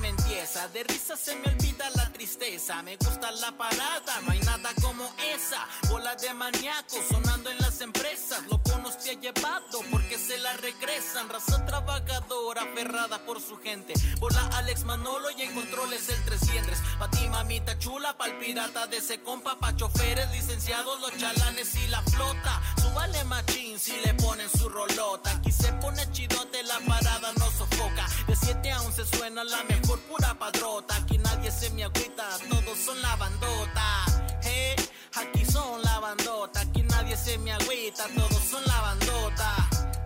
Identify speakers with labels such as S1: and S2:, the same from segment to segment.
S1: cerveza. De risa se me olvida la tristeza. Me gusta la parada, no hay nada como esa. Bola de maníaco sonando en las empresas. Loco nos te ha llevado porque se la regresan. Raza trabajadora, aferrada por su gente. Bola Alex Manolo y en controles el 300. Pa' ti, mamita chula, pa'l pirata de ese compa. Pa' choferes, licenciados, los chalanes y la flota. Súbale machín si le ponen su rolota. Aquí se pone chidote, la parada no sofoca. De 7 a 11 suena la mejor pura padrota. Aquí nadie se me agüita, todos son la bandota. Hey, aquí son la bandota. Aquí nadie se me agüita, todos son la bandota.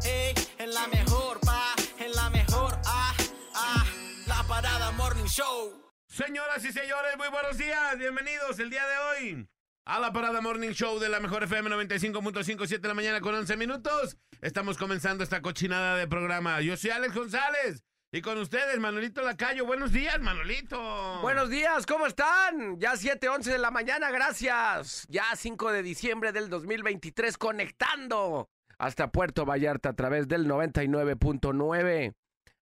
S1: Hey, en la mejor pa, en la mejor ah, ah, la parada Morning Show.
S2: Señoras y señores, muy buenos días. Bienvenidos el día de hoy a la Parada Morning Show de la Mejor FM 95.5, 7 de la mañana con 11 minutos. Estamos comenzando esta cochinada de programa. Yo soy Alex González y con ustedes Manolito Lacayo. Buenos días, Manolito.
S3: Buenos días, ¿cómo están? Ya 7, 11 de la mañana, gracias. Ya 5 de diciembre del 2023, conectando hasta Puerto Vallarta a través del 99.9.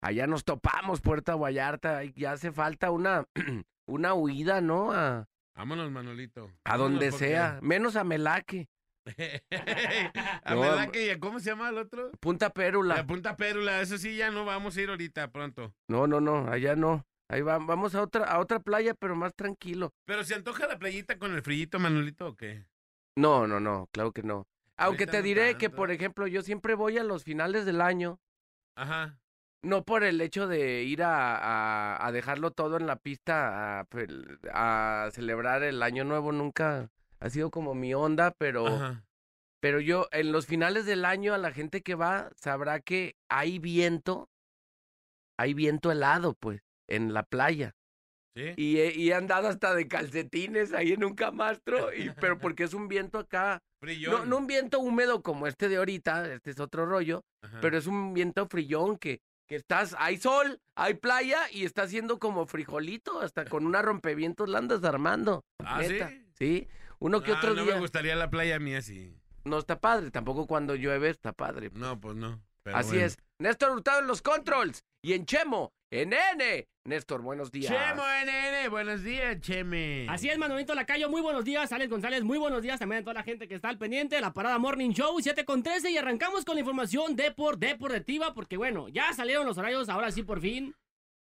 S3: Allá nos topamos, Puerto Vallarta. Ay, Ya hace falta una, una huida, ¿no? A,
S2: Vámonos, Manolito.
S3: a
S2: Vámonos,
S3: donde
S2: porque-
S3: sea, menos a Melaque.
S2: a
S3: No,
S2: verdad
S3: am-
S2: que ya- ¿cómo se llama el otro?
S3: Punta
S2: La
S3: Pérula.
S2: Punta Pérula, eso sí ya no vamos a ir ahorita pronto.
S3: No, no, no, allá no. Ahí va- vamos a otra, a otra playa, pero más tranquilo.
S2: Pero se antoja la playita con el frillito, Manolito, ¿o qué?
S3: No, no, no, claro que no. Aunque
S2: Ahorita
S3: te
S2: no
S3: diré que,
S2: tanto.
S3: por ejemplo, yo siempre voy a los finales del año,
S2: Ajá.
S3: no por el hecho de ir a, a- a dejarlo todo en la pista a, fel- a celebrar el año nuevo, nunca ha sido como mi onda, pero,
S2: Ajá.
S3: pero yo en los finales del año a la gente que va sabrá que hay viento, hay viento helado, pues, en la playa.
S2: ¿Sí?
S3: Y he, y he andado hasta de calcetines ahí en un camastro, y, pero porque es un viento acá. No,
S2: Frillón.
S3: no un viento húmedo como este de ahorita, este es otro rollo,
S2: Ajá.
S3: pero es un viento frillón que, que estás, hay sol, hay playa y está haciendo como frijolito, hasta con una rompevientos la andas armando.
S2: ¿Ah,
S3: neta,
S2: sí?
S3: Sí, uno que
S2: Ah,
S3: otro
S2: no
S3: día.
S2: me gustaría la playa mía así.
S3: No está padre, tampoco cuando llueve está padre.
S2: No, pues no. pero
S3: Así
S2: bueno.
S3: es, Néstor Hurtado en los controls y en Chemo, en N. Néstor, buenos días.
S2: Chemo NN, buenos días, Cheme.
S4: Así es, Manolito Lacayo, muy buenos días, Alex González, muy buenos días también a toda la gente que está al pendiente de la parada Morning Show, 7 con 13 y arrancamos con la información depor deportiva porque bueno, ya salieron los horarios, ahora sí por fin,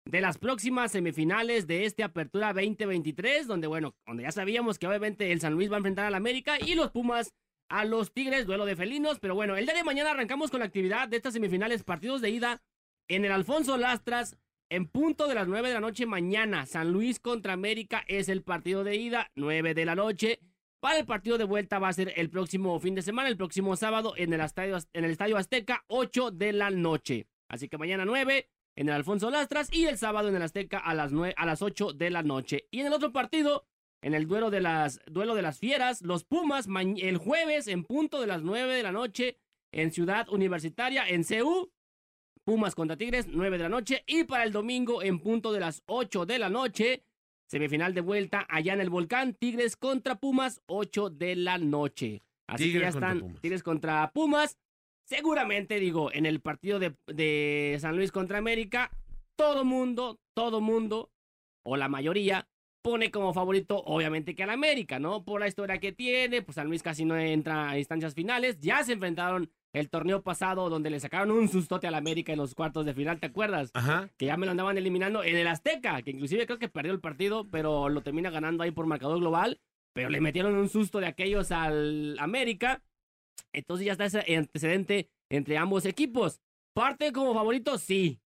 S4: de las próximas semifinales de este Apertura 2023, donde bueno, donde ya sabíamos que obviamente el San Luis va a enfrentar al América y los Pumas a los Tigres, duelo de felinos, pero bueno, el día de mañana arrancamos con la actividad de estas semifinales, partidos de ida en el Alfonso Lastras en punto de las 9 de la noche mañana, San Luis contra América es el partido de ida, 9 de la noche. Para el partido de vuelta va a ser el próximo fin de semana, el próximo sábado en el Estadio, en el estadio Azteca, 8 de la noche. Así que mañana 9 en el Alfonso Lastras y el sábado en el Azteca a las, 9, a las 8 de la noche. Y en el otro partido, en el duelo de las, duelo de las fieras, los Pumas ma- el jueves en punto de las 9 de la noche en Ciudad Universitaria, en CU. Pumas contra Tigres, 9 de la noche. Y para el domingo, en punto de las 8 de la noche, semifinal de vuelta allá en el Volcán, Tigres contra Pumas, 8 de la noche. Así que
S2: Tigres
S4: ya
S2: contra
S4: están
S2: Pumas.
S4: Tigres contra Pumas. Seguramente, digo, en el partido de, de San Luis contra América, todo mundo, todo mundo, o la mayoría, pone como favorito, obviamente, que al América, ¿no? Por la historia que tiene, pues San Luis casi no entra a instancias finales. Ya se enfrentaron el torneo pasado donde le sacaron un sustote al América en los cuartos de final, ¿te acuerdas?
S2: Ajá.
S4: Que ya me lo andaban eliminando en el Azteca, que inclusive creo que perdió el partido, pero lo termina ganando ahí por marcador global. Pero le metieron un susto de aquellos al América. Entonces ya está ese antecedente entre ambos equipos. ¿Parte como favorito? Sí.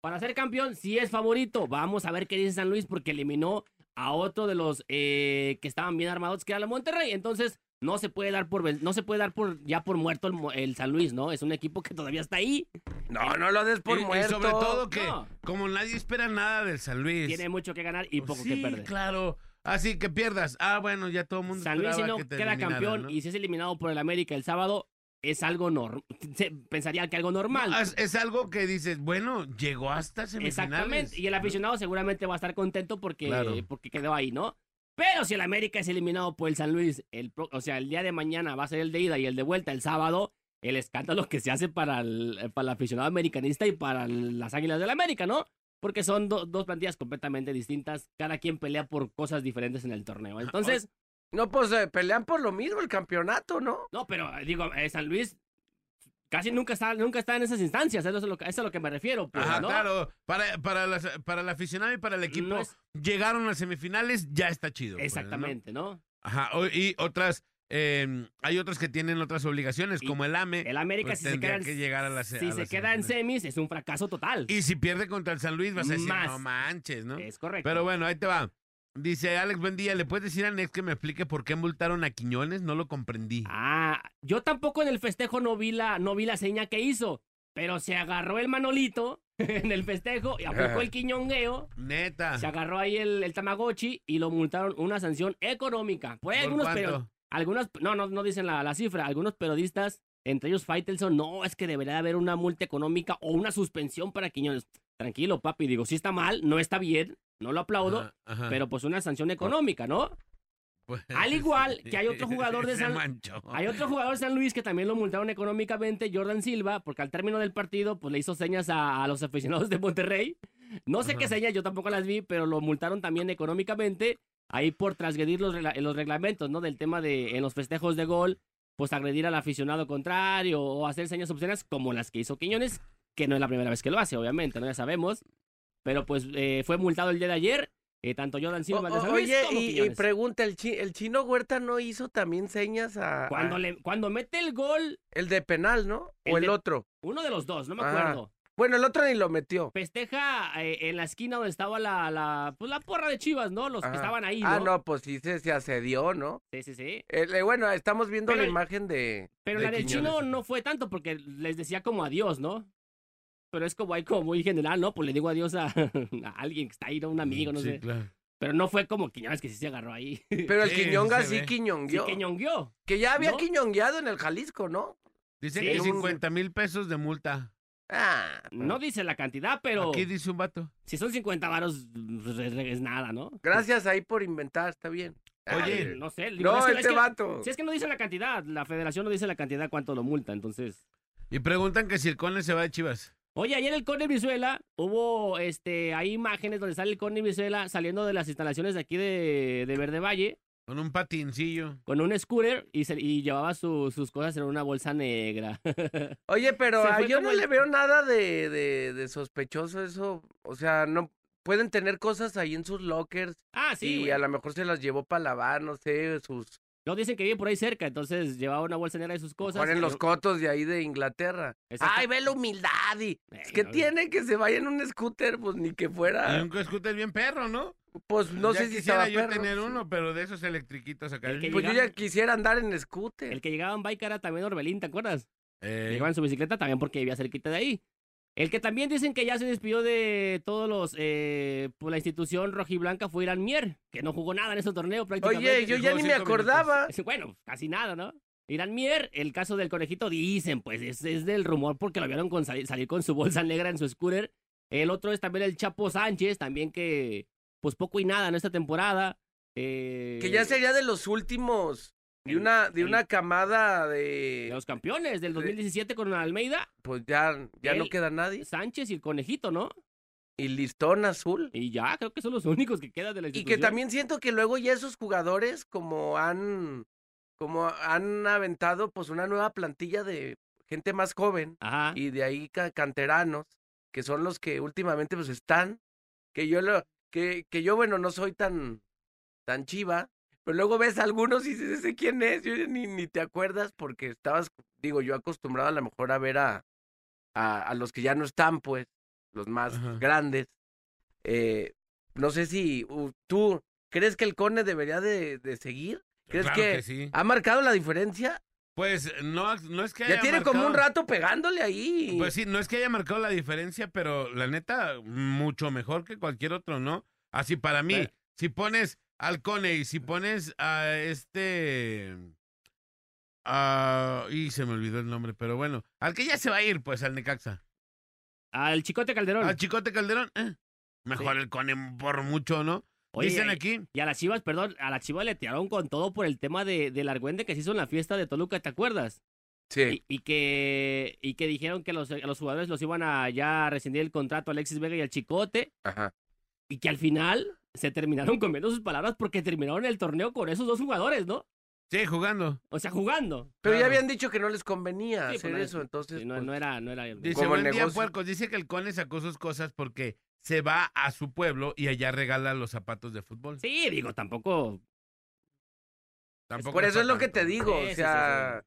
S4: Para ser campeón, sí es favorito. Vamos a ver qué dice San Luis porque eliminó a otro de los eh, que estaban bien armados que era el Monterrey. Entonces, no se puede dar por ven- no se puede dar por ya por muerto el, mo- el San Luis, ¿no? Es un equipo que todavía está ahí.
S3: No, no lo des por
S2: Y- y
S3: muerto.
S2: sobre todo que,
S4: No.
S2: como nadie espera nada del San Luis. Pues
S4: Tiene mucho que ganar y poco
S2: sí,
S4: que perder.
S2: claro. Así que pierdas. Ah, bueno, ya todo el mundo
S4: San Luis si
S2: esperaba
S4: no
S2: que te
S4: queda
S2: eliminaran,
S4: campeón
S2: ¿no?
S4: y si es eliminado por el América el sábado, es algo normal. Pensaría que algo normal.
S2: Es, es algo que dices, bueno, llegó hasta semifinales.
S4: Exactamente. Y el aficionado seguramente va a estar contento porque,
S2: Claro.
S4: porque quedó ahí, ¿no? Pero si el América es eliminado por el San Luis, el, pro- o sea, el día de mañana va a ser el de ida y el de vuelta el sábado, el escándalo que se hace para el, para el aficionado americanista y para el- las Águilas del América, ¿no? porque son do- dos plantillas completamente distintas. Cada quien pelea por cosas diferentes en el torneo. Entonces,
S3: No, pues eh, pelean por lo mismo el campeonato, ¿no?
S4: no, pero eh, digo, eh, San Luis casi nunca está, nunca está en esas instancias. Eso es lo, que- eso es a lo que me refiero. pues,
S5: Ajá,
S4: ¿no?
S5: claro. Para, para, las- para el aficionado y para el equipo,
S4: No es-
S5: llegaron a semifinales, ya está chido. pues, ¿no?
S4: Exactamente, ¿no?
S5: Ajá, o- y otras, eh, hay otros que tienen otras obligaciones,
S4: Y
S5: como el AME.
S4: El América,
S5: pues,
S4: si se
S5: tendría
S4: queda en,
S5: que llegar a la se-
S4: si
S5: a la
S4: se queda en
S5: semifinal.
S4: semis, es un fracaso total.
S5: Y si pierde contra el San Luis, vas a decir,
S4: Más.
S5: no manches, ¿no?
S4: Es correcto.
S5: Pero bueno, ahí te va. Dice Alex, buen día. ¿Le puedes decir a Nex que me explique por qué multaron a Quiñones? No lo comprendí.
S4: Ah, yo tampoco en el festejo no vi la, no vi la seña que hizo, pero se agarró el manolito en el festejo y aplicó el quiñongueo.
S5: Neta.
S4: Se agarró ahí el, el Tamagotchi y lo multaron una sanción económica. Por ahí
S5: ¿Por
S4: algunos, pero,
S5: cuánto?
S4: algunos, no, no, no dicen la, la cifra. Algunos periodistas, entre ellos Faitelson, no, es que debería haber una multa económica o una suspensión para Quiñones. Tranquilo, papi, digo, sí está mal, no está bien, no lo aplaudo,
S5: Ajá, ajá.
S4: pero pues una sanción económica, ¿no?
S5: Pues,
S4: al igual que hay otro jugador de
S5: se
S4: San-
S5: manchó.
S4: Hay otro jugador de San Luis que también lo multaron económicamente, Jordan Silva, porque al término del partido pues le hizo señas a, a los aficionados de Monterrey. No sé qué
S5: Ajá.
S4: señas, yo tampoco las vi, pero lo multaron también económicamente ahí por transgredir los, regla- los reglamentos, ¿no? Del tema de en los festejos de gol, pues agredir al aficionado contrario o hacer señas obscenas como las que hizo Quiñones, que no es la primera vez que lo hace, obviamente, no ya sabemos. Pero pues eh, fue multado el día de ayer, eh, tanto Jordan
S3: O-
S4: Silva de
S3: o-
S4: San Luis
S3: oye,
S4: como
S3: y, y
S4: Quiñones.
S3: pregunta, ¿el, chi- ¿el chino Huerta no hizo también señas a,
S4: cuando,
S3: a-
S4: le, cuando mete el gol,
S3: el de penal, ¿no?
S4: El
S3: o el
S4: de-
S3: otro.
S4: uno de los dos, no me
S3: Ah.
S4: acuerdo.
S3: Bueno, el otro ni lo metió.
S4: festeja eh, en la esquina donde estaba la, la, pues, la porra de Chivas, ¿no? Los que
S3: Ajá.
S4: estaban ahí, ¿no?
S3: Ah, no, pues sí se, se asedió, ¿no?
S4: Sí, sí, sí.
S3: El- eh, bueno, estamos viendo
S4: Pero
S3: la
S4: el-
S3: imagen de...
S4: Pero
S5: De
S4: la del
S5: Quiñones.
S4: chino no fue tanto porque les decía como adiós, ¿no? Pero es como ahí como muy general, ¿no? Pues le digo adiós a, a alguien que está ahí, ¿no? un amigo, no
S5: Sí,
S4: sé.
S5: claro.
S4: Pero no fue como Quiñones que sí se agarró ahí.
S3: Pero el
S5: Sí,
S3: Quiñonga
S5: se
S3: sí
S5: ve.
S4: Sí,
S3: quiñongueó.
S4: que ñongueó.
S3: Que ya había
S4: ¿No?
S3: quiñongueado en el Jalisco, ¿no?
S5: Dice
S4: Sí,
S5: que
S4: un-
S5: 50 mil pesos de multa.
S3: Ah,
S4: No dice la cantidad, pero
S5: Aquí dice un vato.
S4: si son 50 varos, pues, es es nada, ¿no?
S3: Gracias ahí por inventar, está bien. Ah,
S5: Oye,
S4: No sé. digo,
S3: No,
S4: es que- es
S3: este
S4: que-
S3: vato.
S4: Si es que no dice la cantidad, la federación no dice la cantidad cuánto lo multa, entonces...
S5: Y preguntan que si el Cone se va de Chivas.
S4: Oye, ayer el Cone Brizuela hubo este hay imágenes donde sale el Cone Brizuela saliendo de las instalaciones de aquí de, de Verde Valle
S5: Con un patincillo.
S4: con un scooter y, se- y llevaba su- sus cosas en una bolsa negra.
S3: Oye, pero
S4: Se
S3: ah,
S4: fue
S3: yo
S4: como
S3: no
S4: el-
S3: le veo nada de, de, de sospechoso eso. O sea, no pueden tener cosas ahí en sus lockers
S4: ah, sí.
S3: y
S4: güey.
S3: a lo mejor se las llevó para lavar, no sé, sus
S4: No dicen que vive por ahí cerca, entonces llevaba una bolsa negra de sus cosas.
S3: ponen los cotos de ahí de Inglaterra.
S4: Exacto.
S3: Ay, ve la humildad y
S4: Eh,
S3: es que
S4: no,
S3: tiene que se vaya en un scooter, pues ni que
S5: Y
S3: fuera.
S5: un scooter bien perro, ¿no?
S3: Pues no
S5: Ya
S3: sé si
S5: quisiera
S3: estaba
S5: yo
S3: perro.
S5: tener uno, pero de esos electriquitos acá. Eh,
S4: El que
S3: Pues yo
S4: Llegaba-
S3: ya quisiera andar en scooter.
S4: El que llegaba en bike era también Orbelín, ¿te acuerdas?
S5: Eh,
S4: Llegaba en su bicicleta también porque vivía cerquita de ahí. El que también dicen que ya se despidió de todos los eh, por la institución rojiblanca fue Irán Mier, que no jugó nada en ese torneo prácticamente.
S3: Oye, yo ya
S5: jugó
S3: ni me
S5: cinco minutos.
S3: acordaba.
S4: Es- Bueno, pues, casi nada, ¿no? Irán Mier, el caso del conejito, dicen, pues es, es del rumor porque lo vieron con sali- salir con su bolsa negra en su scooter. El otro es también el Chapo Sánchez, también que, pues poco y nada en esta temporada. Eh,
S3: Que ya sería de los últimos de
S4: el-
S3: una de
S4: el-
S3: una camada
S4: de
S3: de
S4: los campeones del 2017 con Almeida,
S3: pues ya ya no
S4: el-
S3: queda nadie
S4: Sánchez y el conejito, ¿no?
S3: y listón azul.
S4: Y ya, creo que son los únicos que quedan de la
S3: Y
S5: pues,
S4: institución.
S3: que también siento que luego ya esos jugadores como han como han aventado pues una nueva plantilla de gente más joven
S4: Ajá.
S3: y de ahí ca- canteranos que son los que últimamente pues están que yo lo que que yo bueno no soy tan tan chiva pero luego ves a algunos y dices ese quién es yo ya ni ni te acuerdas porque estabas digo yo acostumbrado a lo mejor a ver a a, a los que ya no están pues los más
S5: Ajá.
S3: grandes eh, no sé si u- tú crees que el Cone debería de, de seguir crees
S5: Pues, Claro
S3: que,
S5: que sí.
S3: ha marcado la diferencia
S5: Pues no, no es que
S3: ya
S5: haya
S3: tiene como un
S5: marcado-
S3: rato pegándole ahí
S5: Pues sí, no es que haya marcado la diferencia, pero la neta, mucho mejor que cualquier otro, ¿no? Así para mí,
S4: Pero-
S5: si pones al Cone y si pones a este. a- y se me olvidó el nombre, pero bueno. Al que ya se va a ir, pues, al Necaxa.
S4: Al Chicote Calderón.
S5: Al Chicote Calderón, eh, mejor el Cone por mucho, ¿no?
S4: Oye,
S5: Dicen
S4: y-
S5: aquí.
S4: Y a las Chivas, perdón, a las Chivas le tiraron con todo por el tema de, del argüende que se hizo en la fiesta de Toluca, ¿te acuerdas?
S3: Sí.
S4: Y, y que, y que dijeron que los, a los jugadores los iban a ya rescindir el contrato a Alexis Vega y al Chicote.
S3: Ajá.
S4: Y que al final se terminaron comiendo sus palabras porque terminaron el torneo con esos dos jugadores, ¿no?
S2: Sí, jugando.
S4: O sea, jugando.
S3: Pero ya
S2: Claro.
S3: habían dicho que no les convenía
S4: Sí,
S3: hacer
S4: pues, no,
S3: eso, entonces.
S4: Sí, no,
S3: pues,
S4: no era, no era.
S2: Dice,
S3: Como
S2: buen
S3: el
S2: día,
S3: negocio.
S2: puercos. Dice que el Cone sacó sus cosas porque se va a su pueblo y allá regala los zapatos de fútbol.
S4: Sí, digo, tampoco.
S2: Tampoco
S3: Por eso
S2: está
S3: es lo que
S2: tanto.
S3: te digo,
S4: Sí, sí,
S3: o
S4: sí,
S3: sea,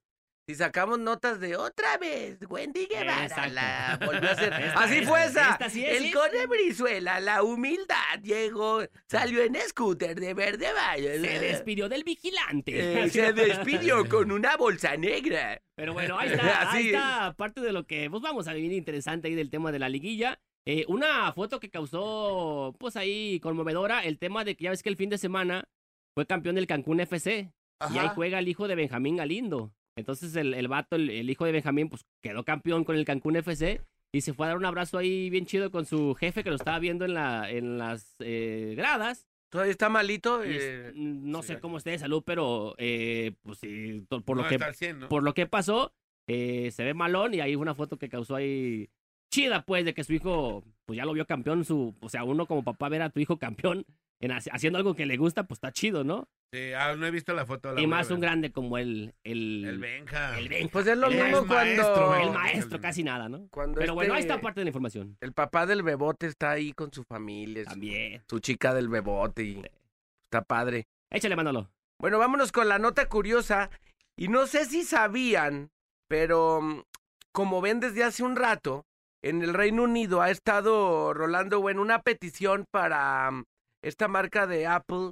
S3: si sacamos notas de otra vez, Wendy Guevara
S4: Exacto.
S3: la volvió a hacer.
S4: Esta,
S3: Así
S4: esta,
S3: fue esa.
S4: esta sí es,
S3: el
S4: sí.
S3: Cone Brizuela, la humildad llegó, salió en scooter de verde valle.
S4: Se despidió del vigilante.
S3: Eh, se despidió con una bolsa negra.
S4: Pero bueno, ahí está, ahí
S3: Así
S4: está parte de lo que pues vamos a vivir interesante ahí del tema de la liguilla. Eh, una foto que causó, pues ahí conmovedora, el tema de que ya ves que el fin de semana fue campeón del Cancún FC y ahí juega el hijo de Benjamín Galindo. Entonces el, el vato, el, el hijo de Benjamín, pues quedó campeón con el Cancún FC y se fue a dar un abrazo ahí bien chido con su jefe que lo estaba viendo en, la, en las eh, gradas.
S3: Todavía está malito.
S4: Y es-
S3: eh,
S4: no sé
S3: sí.
S4: cómo esté de salud, pero eh, pues sí, to- por lo
S2: No,
S4: que
S2: está al 100, ¿no?
S4: por lo que pasó, eh, se ve malón y hay una foto que causó ahí chida, pues, de que su hijo, pues ya lo vio campeón, su, o sea, uno como papá ver a tu hijo campeón en, haci- haciendo algo que le gusta, pues está chido, ¿no?
S2: Sí, ah, no he visto la foto. la
S4: y
S2: voy a
S4: más
S2: ver.
S4: un grande como el, el,
S2: El Benja.
S4: el Ben-
S3: Pues es lo
S4: El
S3: mismo
S2: maestro,
S3: cuando,
S2: el
S4: el
S2: ma-
S4: maestro, casi nada, ¿no?
S3: cuando
S4: Pero bueno, ahí
S3: este-
S4: está parte de la información.
S3: el papá del bebote está ahí con su familia,
S4: Ah,
S3: su-
S4: También.
S3: su chica del bebote y está padre.
S4: Échale, Manolo.
S3: Bueno, vámonos con la nota curiosa. Y no sé si sabían, pero mm, como ven desde hace un rato, en el Reino Unido ha estado rolando, bueno, una petición para mm, esta marca de Apple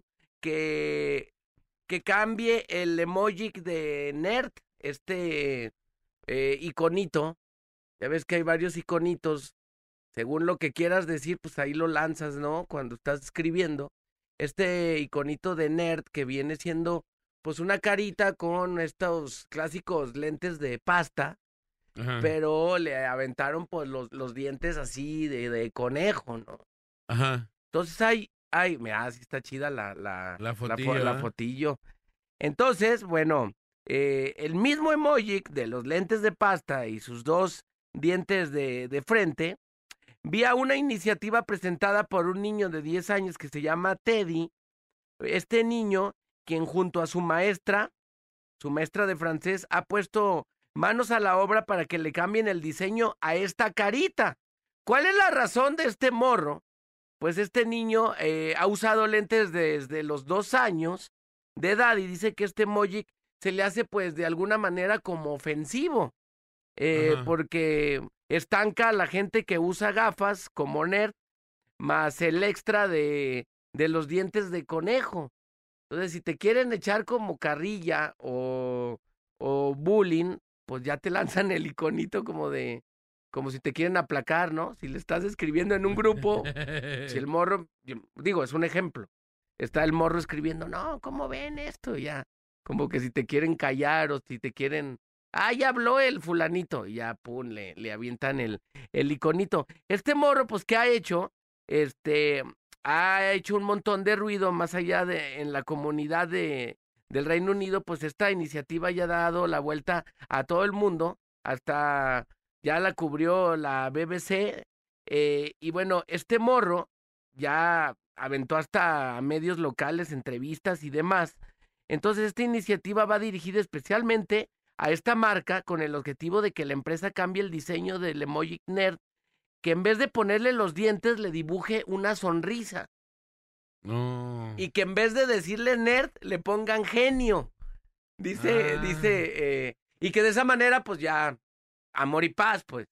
S3: que, que cambie el emoji de nerd, este eh, iconito. Ya ves que hay varios iconitos. Según lo que quieras decir, pues ahí lo lanzas, ¿no? Cuando estás escribiendo este iconito de nerd que viene siendo pues una carita con estos clásicos lentes de pasta,
S2: Ajá.
S3: pero le aventaron pues los, los dientes así de, de conejo, ¿no?
S2: Ajá.
S3: Entonces hay, hay, mira, ah, sí está chida la, la,
S2: La
S3: fo-
S2: fotillo,
S3: la
S2: ¿eh?
S3: fotillo. Entonces, bueno, eh, el mismo emoji de los lentes de pasta y sus dos dientes de, de frente, vía una iniciativa presentada por un niño de 10 años que se llama Teddy. Este niño, quien junto a su maestra, su maestra de francés, ha puesto manos a la obra para que le cambien el diseño a esta carita. ¿Cuál es la razón de este morro? Pues este niño eh, ha usado lentes desde los dos años de edad y dice que este emoji se le hace pues de alguna manera como ofensivo, eh,
S2: Ajá.
S3: porque estanca a la gente que usa gafas como nerd, más el extra de, de los dientes de conejo. Entonces, si te quieren echar como carrilla o, o bullying, pues ya te lanzan el iconito como de, como si te quieren aplacar, ¿no? Si le estás escribiendo en un grupo,
S5: Eh.
S3: si el morro, yo- digo, es un ejemplo. Está el morro escribiendo, no, ¿cómo ven esto? Y Ya, como que si te quieren callar o si te quieren, ah, ya habló el fulanito, y ya, pum, le, le avientan el, el iconito. Este morro, pues, ¿qué ha hecho? Este, ha hecho un montón de ruido más allá de, en la comunidad de, del Reino Unido, pues esta iniciativa ya ha dado la vuelta a todo el mundo, hasta ya la cubrió la BBC, eh, y bueno, este morro ya aventó hasta a medios locales, entrevistas y demás. Entonces, esta iniciativa va dirigida especialmente a esta marca con el objetivo de que la empresa cambie el diseño del emoji nerd, que en vez de ponerle los dientes le dibuje una sonrisa
S2: No.
S3: y que en vez de decirle nerd le pongan genio. Dice,
S2: Ah.
S3: dice, eh, y que de esa manera pues ya amor y paz, pues.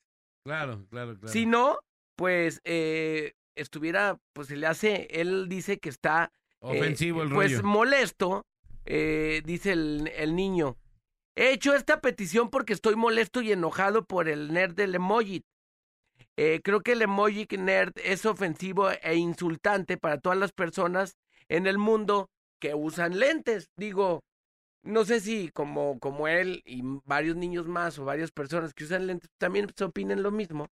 S2: Claro, claro, claro.
S3: Si no, pues eh, estuviera, pues se le hace, él dice que está eh,
S2: Ofensivo el
S3: pues,
S2: rollo.
S3: molesto, eh, dice el, el niño. He hecho esta petición porque estoy molesto y enojado por el nerd del emoji. Eh, creo que el emoji nerd es ofensivo e insultante para todas las personas en el mundo que usan lentes. Digo, no sé si como, como él y m- varios niños más o varias personas que usan lentes también se opinen lo mismo.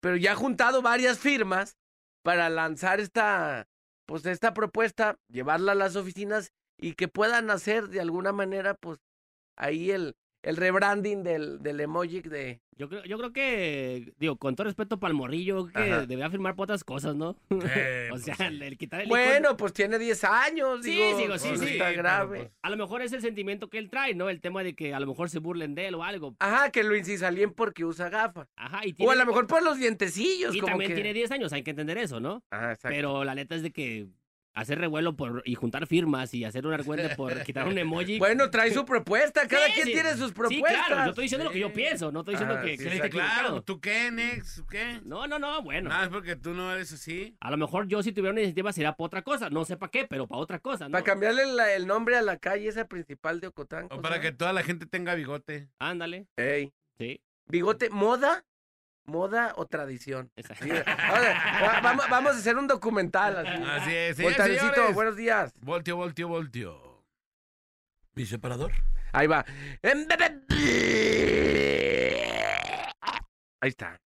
S3: Pero ya ha juntado varias firmas para lanzar esta, pues esta propuesta, llevarla a las oficinas y que puedan hacer de alguna manera, pues, ahí el, el rebranding del, del emoji de...
S4: Yo creo, yo creo que, digo, con todo respeto para el morrillo, yo creo que
S2: Ajá.
S4: debería firmar por otras cosas, ¿no?
S2: Eh,
S4: o
S2: pues,
S4: sea, el, el quitar el icono-
S3: Bueno, pues tiene 10 años,
S4: Sí,
S3: digo,
S4: digo, sí,
S3: pues,
S4: sí. eh,
S3: está
S2: pero,
S3: grave.
S2: pues,
S4: A lo mejor es el sentimiento que él trae, ¿no? El tema de que a lo mejor se burlen de él o algo.
S3: Ajá, que lo incisalien porque usa gafas.
S4: Ajá, y tiene,
S3: O a lo mejor por los dientecillos,
S4: y
S3: como
S4: también
S3: que...
S4: tiene 10 años, hay que entender eso, ¿no?
S3: Ajá, exacto.
S4: Pero la neta es de que hacer revuelo por y juntar firmas y hacer un argüente por quitar un emoji.
S3: Bueno, trae su propuesta, cada
S4: Sí,
S3: quien
S4: sí.
S3: tiene sus
S4: Sí,
S3: propuestas.
S4: claro, yo estoy diciendo lo que yo
S2: Sí.
S4: pienso, no estoy diciendo
S3: Ah,
S4: que,
S3: sí,
S4: que
S2: sí,
S4: esté
S2: claro,
S4: equivocado.
S2: ¿tú qué, Nex? ¿Qué?
S4: No, no, no, bueno.
S2: Nada, es porque tú no eres así.
S4: A lo mejor yo si tuviera una iniciativa sería para otra cosa, no sé para qué, pero para otra cosa, ¿no?
S3: Para cambiarle la- el nombre a la calle esa principal de Ocotanco.
S2: O para que
S3: ¿sabes?
S2: toda la gente tenga bigote.
S4: Ándale,
S3: Ey,
S4: sí.
S3: bigote, ¿moda? ¿Moda o tradición?
S4: esa-
S3: Sí, ahora, va- vamos, vamos a hacer un documental así.
S2: Así es, Ah, sí,
S3: Voltancito,
S2: señores.
S3: buenos días.
S2: Voltio, voltio, voltio. ¿Mi separador?
S3: Ahí va. Em, be- be- Ahí está.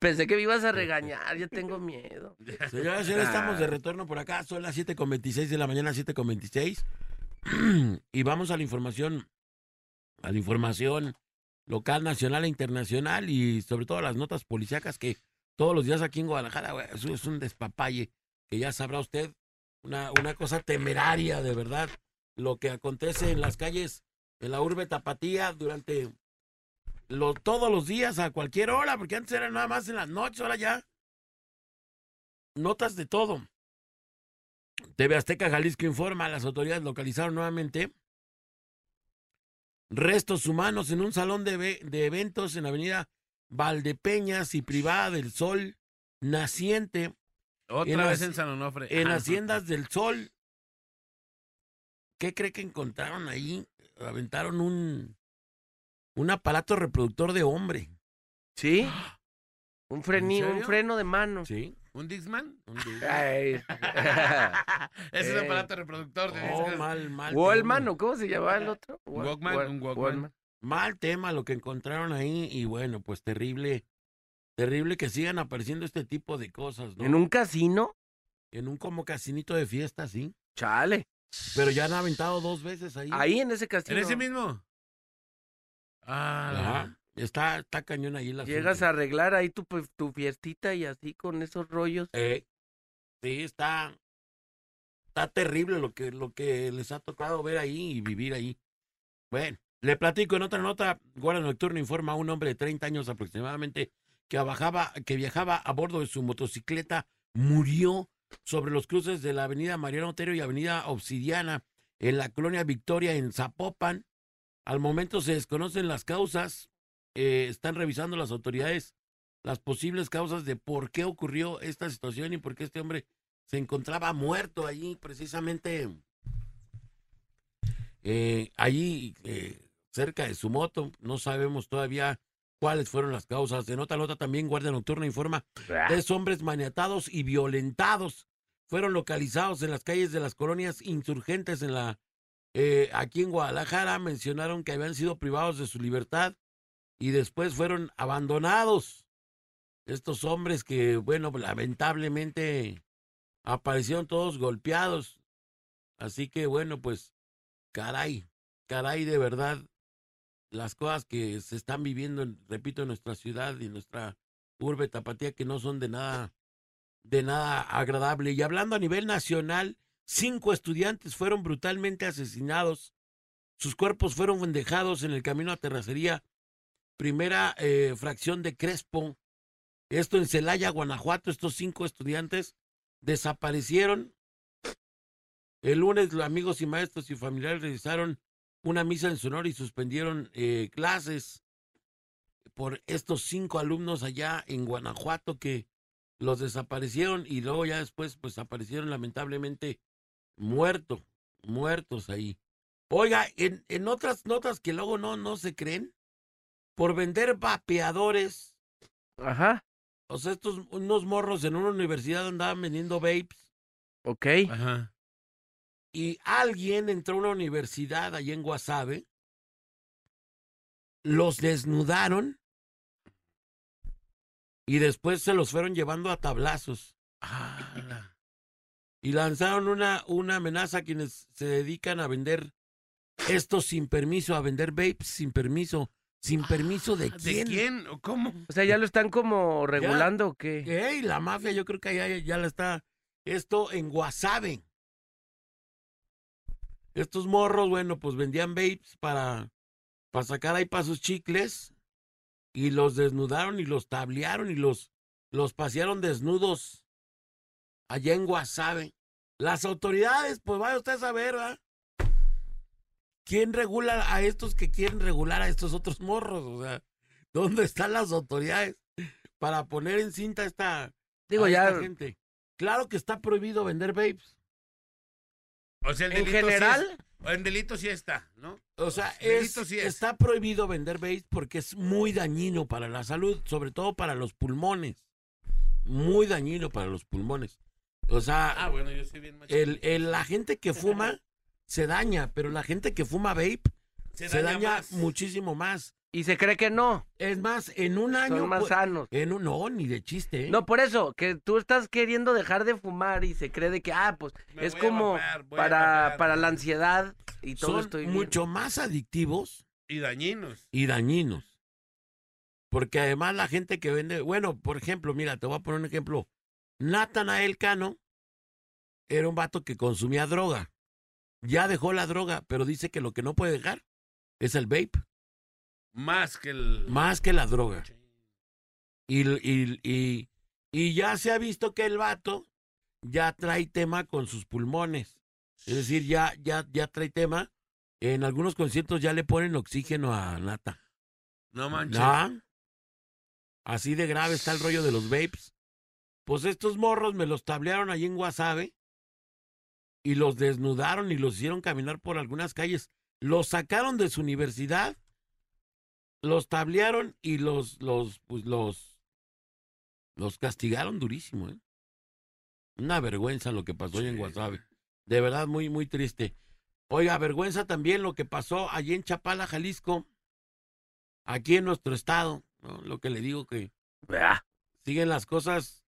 S3: Pensé que me ibas a regañar, yo tengo miedo.
S5: Señoras y señores, estamos de retorno por acá. Son las 7.26 de la mañana, 7.26. Y vamos a la información, a la información local, nacional e internacional y sobre todo a las notas policíacas que todos los días aquí en Guadalajara, güey, eso es un despapalle que ya sabrá usted, una, una cosa temeraria de verdad, lo que acontece en las calles, en la urbe tapatía durante lo- todos los días, a cualquier hora, porque antes era nada más en las noches, ahora ya notas de todo. TV Azteca Jalisco informa, las autoridades localizaron nuevamente restos humanos en un salón de, ve- de eventos en la avenida Valdepeñas y Privada del Sol Naciente, En
S2: Otra
S5: las-
S2: vez en San Onofre.
S5: en
S2: Ah.
S5: Haciendas del Sol. ¿Qué cree que encontraron ahí? Aventaron un, un aparato reproductor de hombre.
S3: ¿Sí? Un, freni-
S2: ¿En
S3: un
S2: serio?
S3: freno de mano.
S5: Sí.
S2: ¿Un Dixman?
S5: un de-
S3: Ay.
S2: Ese es
S3: Eh.
S2: un aparato reproductor de
S5: Oh,
S2: discos.
S5: mal, mal.
S3: Wallman, ¿o cómo se llamaba el otro? Wal-
S2: Walkman,
S3: Wal-
S2: un Walkman.
S5: mal tema lo que encontraron ahí y bueno, pues terrible, terrible que sigan apareciendo este tipo de cosas, ¿no?
S3: ¿En un casino?
S5: En un como casinito de fiesta, sí.
S3: Chale.
S5: Pero ya han aventado dos veces ahí.
S3: Ahí en ese
S2: ¿En
S3: casino.
S2: ese mismo? Ah, la-
S5: Ajá. Está, está cañón ahí la
S3: Llegas a arreglar ahí tu, pues, tu fiestita y así con esos rollos.
S1: Eh.
S5: Eh, sí, está, está terrible lo que, lo que les ha tocado ver ahí y vivir ahí. Bueno, le platico en otra nota, Guardia Nocturna informa a un hombre de 30 años aproximadamente que, bajaba, que viajaba a bordo de su motocicleta murió sobre los cruces de la avenida Mariano Otero y avenida Obsidiana en la colonia Victoria en Zapopan. Al momento se desconocen las causas, eh, están revisando las autoridades las posibles causas de por qué ocurrió esta situación y por qué este hombre se encontraba muerto allí precisamente eh, allí eh, cerca de su moto. No sabemos todavía cuáles fueron las causas. En otra nota también Guardia Nocturna informa
S4: Ah.
S5: Tres hombres maniatados y violentados fueron localizados en las calles de las colonias insurgentes en la eh, aquí en Guadalajara. Mencionaron que habían sido privados de su libertad y después fueron abandonados. Estos hombres que, bueno, lamentablemente aparecieron todos golpeados. Así que, bueno, pues, caray, caray de verdad, las cosas que se están viviendo, en- repito, en nuestra ciudad y en nuestra urbe tapatía que no son de nada de nada agradable. Y hablando a nivel nacional, cinco estudiantes fueron brutalmente asesinados. Sus cuerpos fueron dejados en el camino a terracería, primera eh, fracción de Crespo. Esto en Celaya, Guanajuato, estos cinco estudiantes desaparecieron. El lunes, los amigos y maestros y familiares realizaron una misa en su honor y suspendieron eh, clases por estos cinco alumnos allá en Guanajuato que los desaparecieron y luego ya después pues aparecieron lamentablemente muertos, muertos ahí. Oiga, en, en otras notas que luego no, no se creen, por vender vapeadores,
S3: Ajá.
S5: o sea, estos unos morros en una universidad andaban vendiendo vapes
S3: Ok.
S5: Ah,
S2: Ajá.
S5: y alguien entró a una universidad allá en Guasave, los desnudaron y después se los fueron llevando a tablazos.
S2: Ah, la-
S5: y lanzaron una, una amenaza a quienes se dedican a vender Esto sin permiso, a vender vapes sin permiso. ¿Sin permiso de
S2: Ah, ¿De
S5: quién?
S2: quién? ¿O ¿Cómo?
S3: O sea, ya lo están como regulando o qué.
S5: Ey, la mafia, yo creo que ya, ya la está. Esto en Guasave. Estos morros, bueno, pues vendían vapes para, para sacar ahí para sus chicles. Y los desnudaron y los tablearon y los, los pasearon desnudos allá en Guasave. Las autoridades, pues vaya usted a saber, ¿verdad? ¿Quién regula a estos que quieren regular a estos otros morros? O sea, ¿dónde están las autoridades? para poner en cinta a esta,
S3: Digo,
S5: a
S3: ya
S5: esta gente. Claro que está prohibido vender vapes.
S2: O sea, el
S3: en
S2: delito sí
S3: general,
S2: es- en delito sí está, ¿no?
S5: O sea, es,
S2: Delito sí es.
S5: está prohibido vender vapes porque es muy dañino para la salud, sobre todo para los pulmones. Muy dañino para los pulmones. O sea,
S2: Ah, bueno, yo soy bien machista.
S5: el, eh, el- la gente que fuma se daña, pero la gente que fuma vape se, daña,
S2: más.
S5: muchísimo más.
S3: y se cree que no,
S5: Es más, en un año...
S3: son más
S5: pues,
S3: sanos.
S5: en un, no, ni de chiste. ¿eh?
S3: No, por eso, que tú estás queriendo dejar de fumar y se cree de que, ah, pues
S2: Me
S3: es
S2: voy a
S3: como
S2: bajar, voy a
S3: para,
S2: bajar.
S3: para la ansiedad y todo
S5: Son
S3: estoy bien.
S5: mucho más adictivos
S2: Y dañinos.
S5: y dañinos. Porque además la gente que vende, bueno, por ejemplo, mira, te voy a poner un ejemplo. Natanael Cano era un vato que consumía droga. Ya dejó la droga, pero dice que lo que no puede dejar es el vape,
S2: Más que el...
S5: más que la droga. Y, y, y, y ya se ha visto que el vato ya trae tema con sus pulmones. Es decir, ya, ya, ya trae tema. En algunos conciertos ya le ponen oxígeno a Nata.
S2: No manches.
S5: No. Así de grave está el rollo de los vapes. Pues estos morros me los tablearon allí en Guasave y los desnudaron y los hicieron caminar por algunas calles. Los sacaron de su universidad, los tablearon y los, los, pues los, los castigaron durísimo, ¿eh? Una vergüenza lo que pasó allí en
S2: Sí.
S5: Guasave. De verdad, muy, muy triste. Oiga, vergüenza también lo que pasó allí en Chapala, Jalisco aquí en nuestro estado, ¿no? lo que le digo que
S3: Ah,
S5: siguen las cosas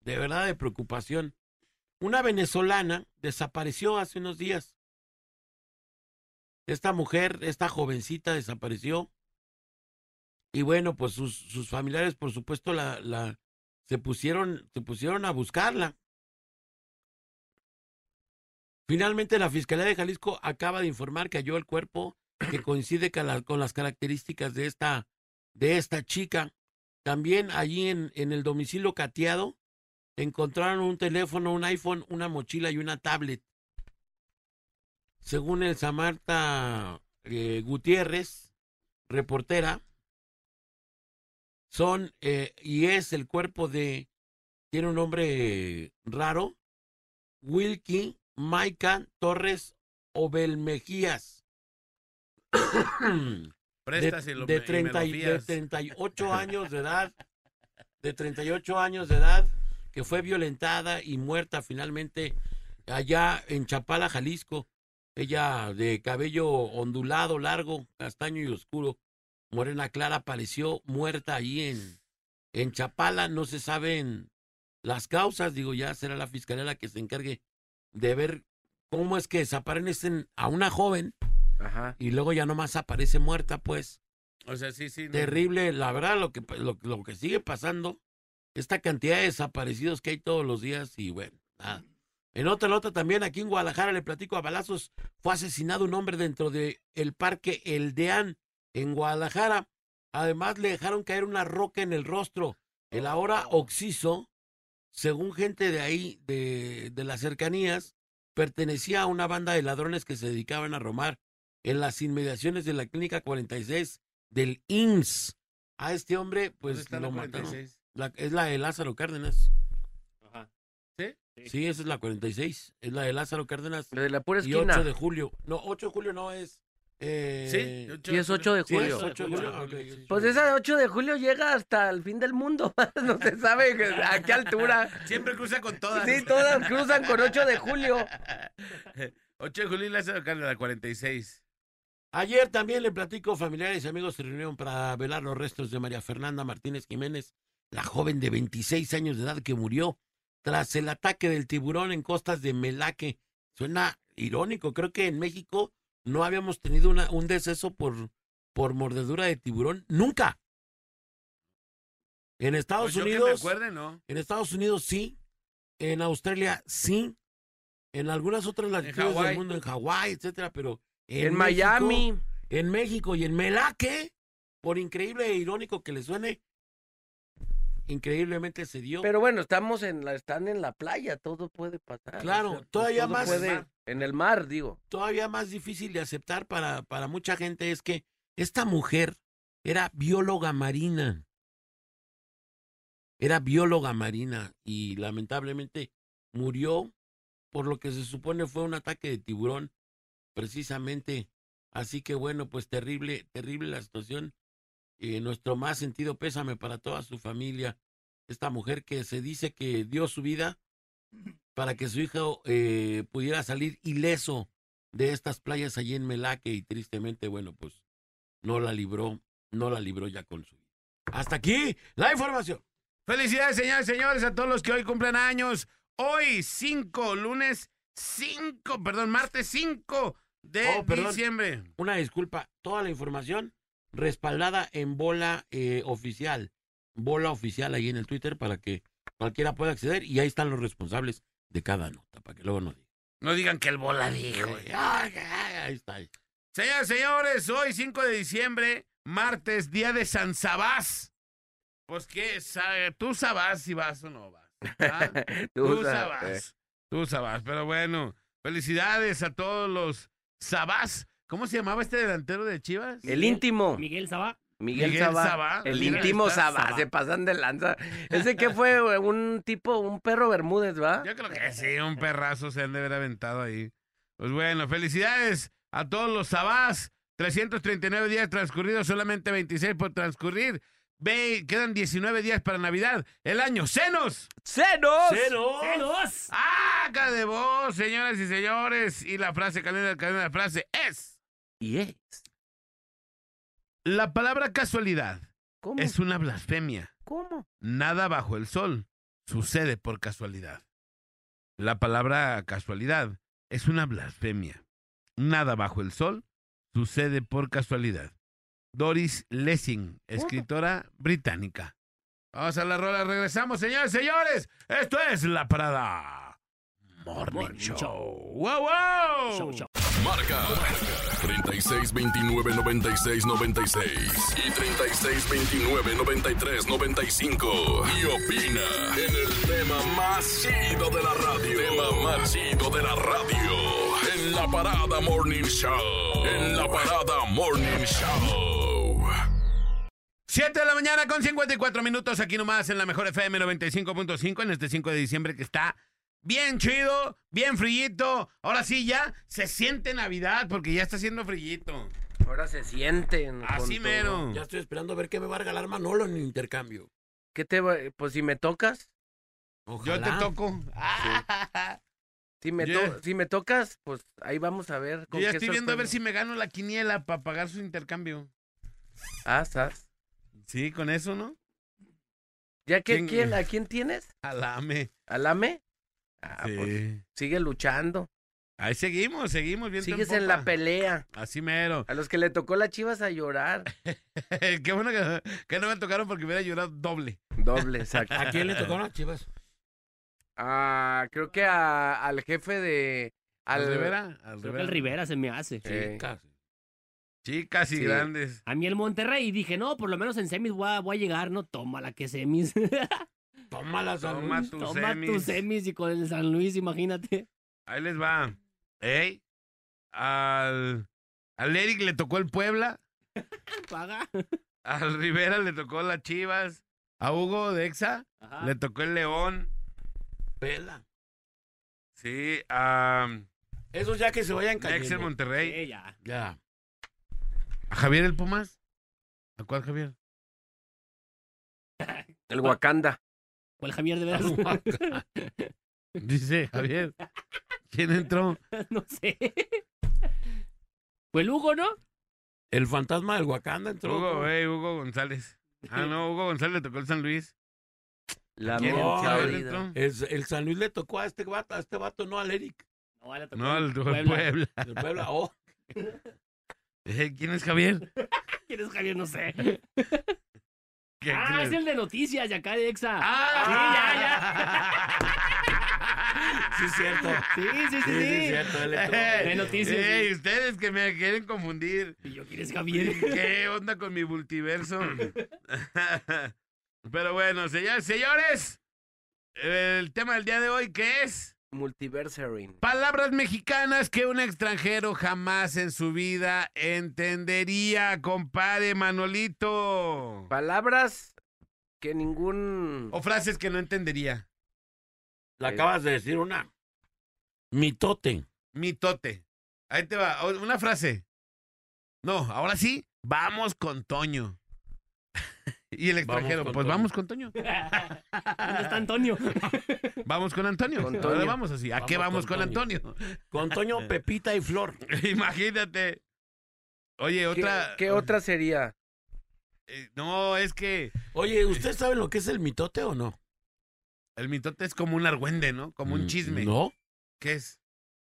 S5: de verdad de preocupación. Una venezolana desapareció hace unos días. Esta mujer, esta jovencita desapareció. Y bueno, pues sus, sus familiares, por supuesto, la, la, se, pusieron, se pusieron a buscarla. Finalmente, la Fiscalía de Jalisco acaba de informar que halló el cuerpo que coincide con, la- con las características de esta, de esta chica. También allí en, en el domicilio cateado encontraron un teléfono, un iPhone, una mochila y una tablet. Según el Samarta eh, Gutiérrez, reportera, son eh, y es el cuerpo de, tiene un nombre eh, raro, Wilkie Maica Torres Obelmejías.
S2: Préstaselo.
S5: de, de
S2: me- y me
S5: 30
S2: lo
S5: y- de
S2: fías.
S5: 38 años de edad, de 38 años de edad, que fue violentada y muerta finalmente allá en Chapala, Jalisco. Ella de cabello ondulado, largo, castaño y oscuro, morena clara, apareció muerta ahí en, en Chapala. No se saben las causas, digo, ya será la fiscalía la que se encargue de ver cómo es que desaparecen a una joven
S3: Ajá.
S5: y luego ya nomás aparece muerta, pues
S2: O sea, sí, sí. no.
S5: terrible, la verdad, lo que, lo, lo que sigue pasando, esta cantidad de desaparecidos que hay todos los días y bueno, nada.
S2: Mm.
S5: En otra nota también, aquí en Guadalajara, le platico a balazos, fue asesinado un hombre dentro de el parque El Deán, en Guadalajara. Además, le dejaron caer una roca en el rostro. El ahora
S2: Oh.
S5: oxiso, según gente de ahí, de, de las cercanías, pertenecía a una banda de ladrones que se dedicaban a romar en las inmediaciones de la Clínica 46 del IMSS. A este hombre,
S2: ¿Dónde
S5: pues
S2: está
S5: lo
S2: la
S5: mataron.
S2: 46?
S5: La- es la de Lázaro Cárdenas.
S4: Ajá. Sí.
S5: Sí, esa es la 46. Es la de Lázaro Cárdenas.
S3: Lo de la pura
S5: Y 8
S3: esquina.
S5: de julio. No, 8 de julio no es. eh,
S2: Sí.
S3: Y es 8 de
S5: sí, es
S3: julio.
S5: 8 de julio.
S2: julio.
S5: ok, sí.
S3: Pues esa de 8 de julio llega hasta el fin del mundo. no se sabe a qué altura.
S2: Siempre cruza con todas.
S3: Sí, todas cruzan con 8 de julio.
S2: 8 de julio y Lázaro Cárdenas, la 46.
S5: Ayer también le platico, familiares y amigos se reunieron para velar los restos de María Fernanda Martínez Jiménez, la joven de 26 años de edad que murió tras el ataque del tiburón en costas de Melaque. Suena irónico, creo que en México no habíamos tenido una- un deceso por, por mordedura de tiburón nunca. En Estados
S2: Pues yo que me
S5: Unidos,
S2: acuerde, ¿no?
S5: en Estados Unidos sí, en Australia sí, en algunas otras latitudes del
S2: Hawái.
S5: mundo, en Hawái, etcétera, pero
S3: En,
S5: México-
S3: Miami.
S5: en México y en Melaque, por increíble e irónico que le suene, increíblemente se dio.
S3: Pero bueno, estamos en la, están en la playa, todo puede pasar.
S5: Claro, todavía
S3: todo
S5: más-
S3: puede- en el mar, digo.
S5: todavía más difícil de aceptar para, para mucha gente es que esta mujer era bióloga marina. Era bióloga marina y lamentablemente murió por lo que se supone fue un ataque de tiburón, precisamente. Así que bueno, pues terrible, terrible la situación. Eh, nuestro más sentido pésame para toda su familia. Esta mujer que se dice que dio su vida para que su hijo eh, pudiera salir ileso de estas playas allí en Melaque y tristemente, bueno, pues no la libró, no la libró ya con su vida. Hasta aquí la información.
S2: Felicidades, señores, señores, a todos los que hoy cumplen años. Hoy, 5, lunes 5, perdón, martes 5 de
S5: Oh, perdón.
S2: diciembre.
S5: Una disculpa, toda la información respaldada en bola eh, oficial, bola oficial allí en el Twitter para que cualquiera pueda acceder y ahí están los responsables de cada nota, para que luego no digan.
S2: No digan que el bola dijo.
S5: Ay, ay, ay, Ahí está. ahí.
S2: Señoras, señores, hoy 5 de diciembre, martes, día de San Sabás. Pues qué, sabe, tú sabás si vas o no vas. ¿ah? Tú
S3: eh,
S2: sabás. Tú sabás, pero bueno, felicidades a todos los sabás. ¿Cómo se llamaba este delantero de Chivas?
S3: El íntimo. Miguel,
S4: Miguel Sabá.
S2: Miguel
S3: Sabá.
S2: Sabá.
S3: El
S2: Mira,
S3: íntimo
S2: ahí está,
S3: Sabá.
S2: Sabá.
S3: Se pasan de lanza. Ese que fue güey? un tipo, un perro Bermúdez, ¿va?
S2: Yo creo que sí, un perrazo se han de haber aventado ahí. Pues bueno, felicidades a todos los sabás. 339 días transcurridos, solamente 26 por transcurrir. Ve, quedan 19 días para Navidad. El año, ¡cenos!
S3: ¡Cenos!
S4: ¡Eh, ¡Celos!
S2: ¡Haga de vos, señoras y señores! Y la frase, cadena, cadena, la frase es...
S3: Y es.
S2: La palabra casualidad
S3: ¿Cómo?
S2: es una blasfemia.
S3: ¿Cómo?
S2: Nada bajo el sol sucede por casualidad. La palabra casualidad es una blasfemia. Nada bajo el sol sucede por casualidad. Doris Lessing, escritora británica. Vamos a la rola, regresamos, señores, señores. Esto es La Parada Morning,
S4: Morning
S2: Show.
S4: Show.
S2: ¡Wow, wow!
S4: Show, show.
S6: Marca 36 29 96 96 y 36 29 93 95. Y opina en el tema más chido de la radio. Tema más chido de la radio. En la parada Morning Show. En la parada Morning Show.
S2: 7 de la mañana con 54 minutos aquí nomás en la mejor FM 95.5 en este 5 de diciembre que está bien chido, bien frillito. Ahora sí ya se siente Navidad porque ya está haciendo frillito.
S3: Ahora se sienten.
S2: Así
S3: con todo.
S2: mero.
S5: Ya estoy esperando a ver qué me va a regalar Manolo en el intercambio.
S3: ¿Qué te va- Pues si me tocas,
S2: Yo
S5: Ojalá.
S2: te toco. Ah,
S3: si me, to-
S2: Yeah.
S3: si me tocas, pues ahí vamos a ver.
S2: Yo
S3: con
S2: ya
S3: qué
S2: estoy viendo a ver si
S3: sorpresa.
S2: me gano la quiniela para pagar su intercambio.
S3: Ah, ¿sabes?
S2: Sí, con eso, ¿no?
S3: ¿Ya que,
S2: ¿Quién-
S3: ¿quién, ¿A quién tienes?
S2: Alame.
S3: ¿Alame? Ah, pues
S2: Sí.
S3: sigue luchando.
S2: Ahí seguimos, seguimos viendo.
S3: Sigues en la pelea.
S2: Así mero.
S3: A los que le tocó la chivas a llorar.
S2: Qué bueno que, que no me tocaron porque hubiera llorado doble.
S3: Doble, exacto.
S5: ¿A quién le tocó las chivas?
S3: Ah, creo que a- al jefe de. Al,
S2: Rivera? Al
S4: Creo que el Rivera se me hace.
S3: Eh.
S5: Chicas.
S2: Chicas y
S3: Sí.
S2: grandes.
S4: A mí el Monterrey, y dije, no, por lo menos en semis voy a, voy a llegar, no, toma la que semis.
S5: Toma las
S2: Toma tus
S4: toma tus
S2: semis.
S4: semis y con el San Luis, imagínate.
S2: Ahí les va. ¿Ey? Al, al Eric le tocó el Puebla.
S4: Paga.
S2: Al Rivera le tocó las Chivas. A Hugo de Exa
S4: Ajá.
S2: le tocó el León.
S5: Pela.
S2: Sí, a
S5: Eso ya que se vayan
S2: Nex el
S5: cayendo.
S2: Monterrey.
S4: Sí, ya.
S5: Ya.
S2: A Javier el Pumas. ¿A cuál Javier?
S3: El Wakanda.
S4: ¿Cuál Javier de veras?
S2: Dice Javier. ¿Quién entró?
S4: no sé. Fue el Hugo, ¿no?
S5: El fantasma del Wakanda entró.
S2: Hugo, ey, Hugo González. Ah, no, Hugo González le tocó el San Luis.
S3: La
S2: ¿Quién
S5: no,
S3: mierda,
S2: Javier
S3: ahorita.
S2: entró?
S5: Es- el San Luis le tocó a este vato, a este vato, no al Eric.
S4: No, le tocó
S2: No,
S4: el
S2: el
S4: Puebla.
S2: Puebla.
S5: El Puebla. Oh,
S2: Eh, ¿Quién es Javier?
S4: ¿Quién es Javier? No sé.
S2: ¿Qué-
S4: Ah,
S2: qué-
S4: es el de noticias de acá de Exa.
S2: Ah.
S5: Sí, es cierto.
S4: Sí, sí, sí,
S5: Sí, sí, es
S4: sí.
S5: cierto. él entró.
S2: Eh,
S4: De noticias,
S2: eh, ustedes que me quieren confundir.
S4: Y yo, ¿quién es Javier?
S2: ¿Qué onda con mi multiverso? Pero bueno, señores, señores, el tema del día de hoy que es
S3: Multiversary.
S2: palabras mexicanas que un extranjero jamás en su vida entendería, compadre Manolito.
S3: Palabras que ningún...
S2: O frases que no entendería.
S5: Le acabas de decir una. Mitote.
S2: Mitote. Ahí te va, o- una frase. No, ahora sí, vamos con Toño. y el extranjero,
S5: con
S2: pues
S5: Toño.
S2: vamos con Toño.
S4: ¿Dónde está Antonio?
S2: Vamos con Antonio.
S3: Con
S2: Ahora
S3: Toño.
S2: vamos así. ¿A
S5: Vamos
S2: qué vamos
S5: con
S2: con Antonio?
S5: Con Toño, Pepita y Flor.
S2: Imagínate. Oye,
S3: ¿Qué-
S2: otra.
S3: ¿Qué, otra sería?
S2: eh, no, es que
S5: Oye, ¿usted sabe lo que es el mitote o no?
S2: el mitote es como un argüende, ¿no? Como un
S5: Mm,
S2: chisme.
S5: No.
S2: ¿Qué es?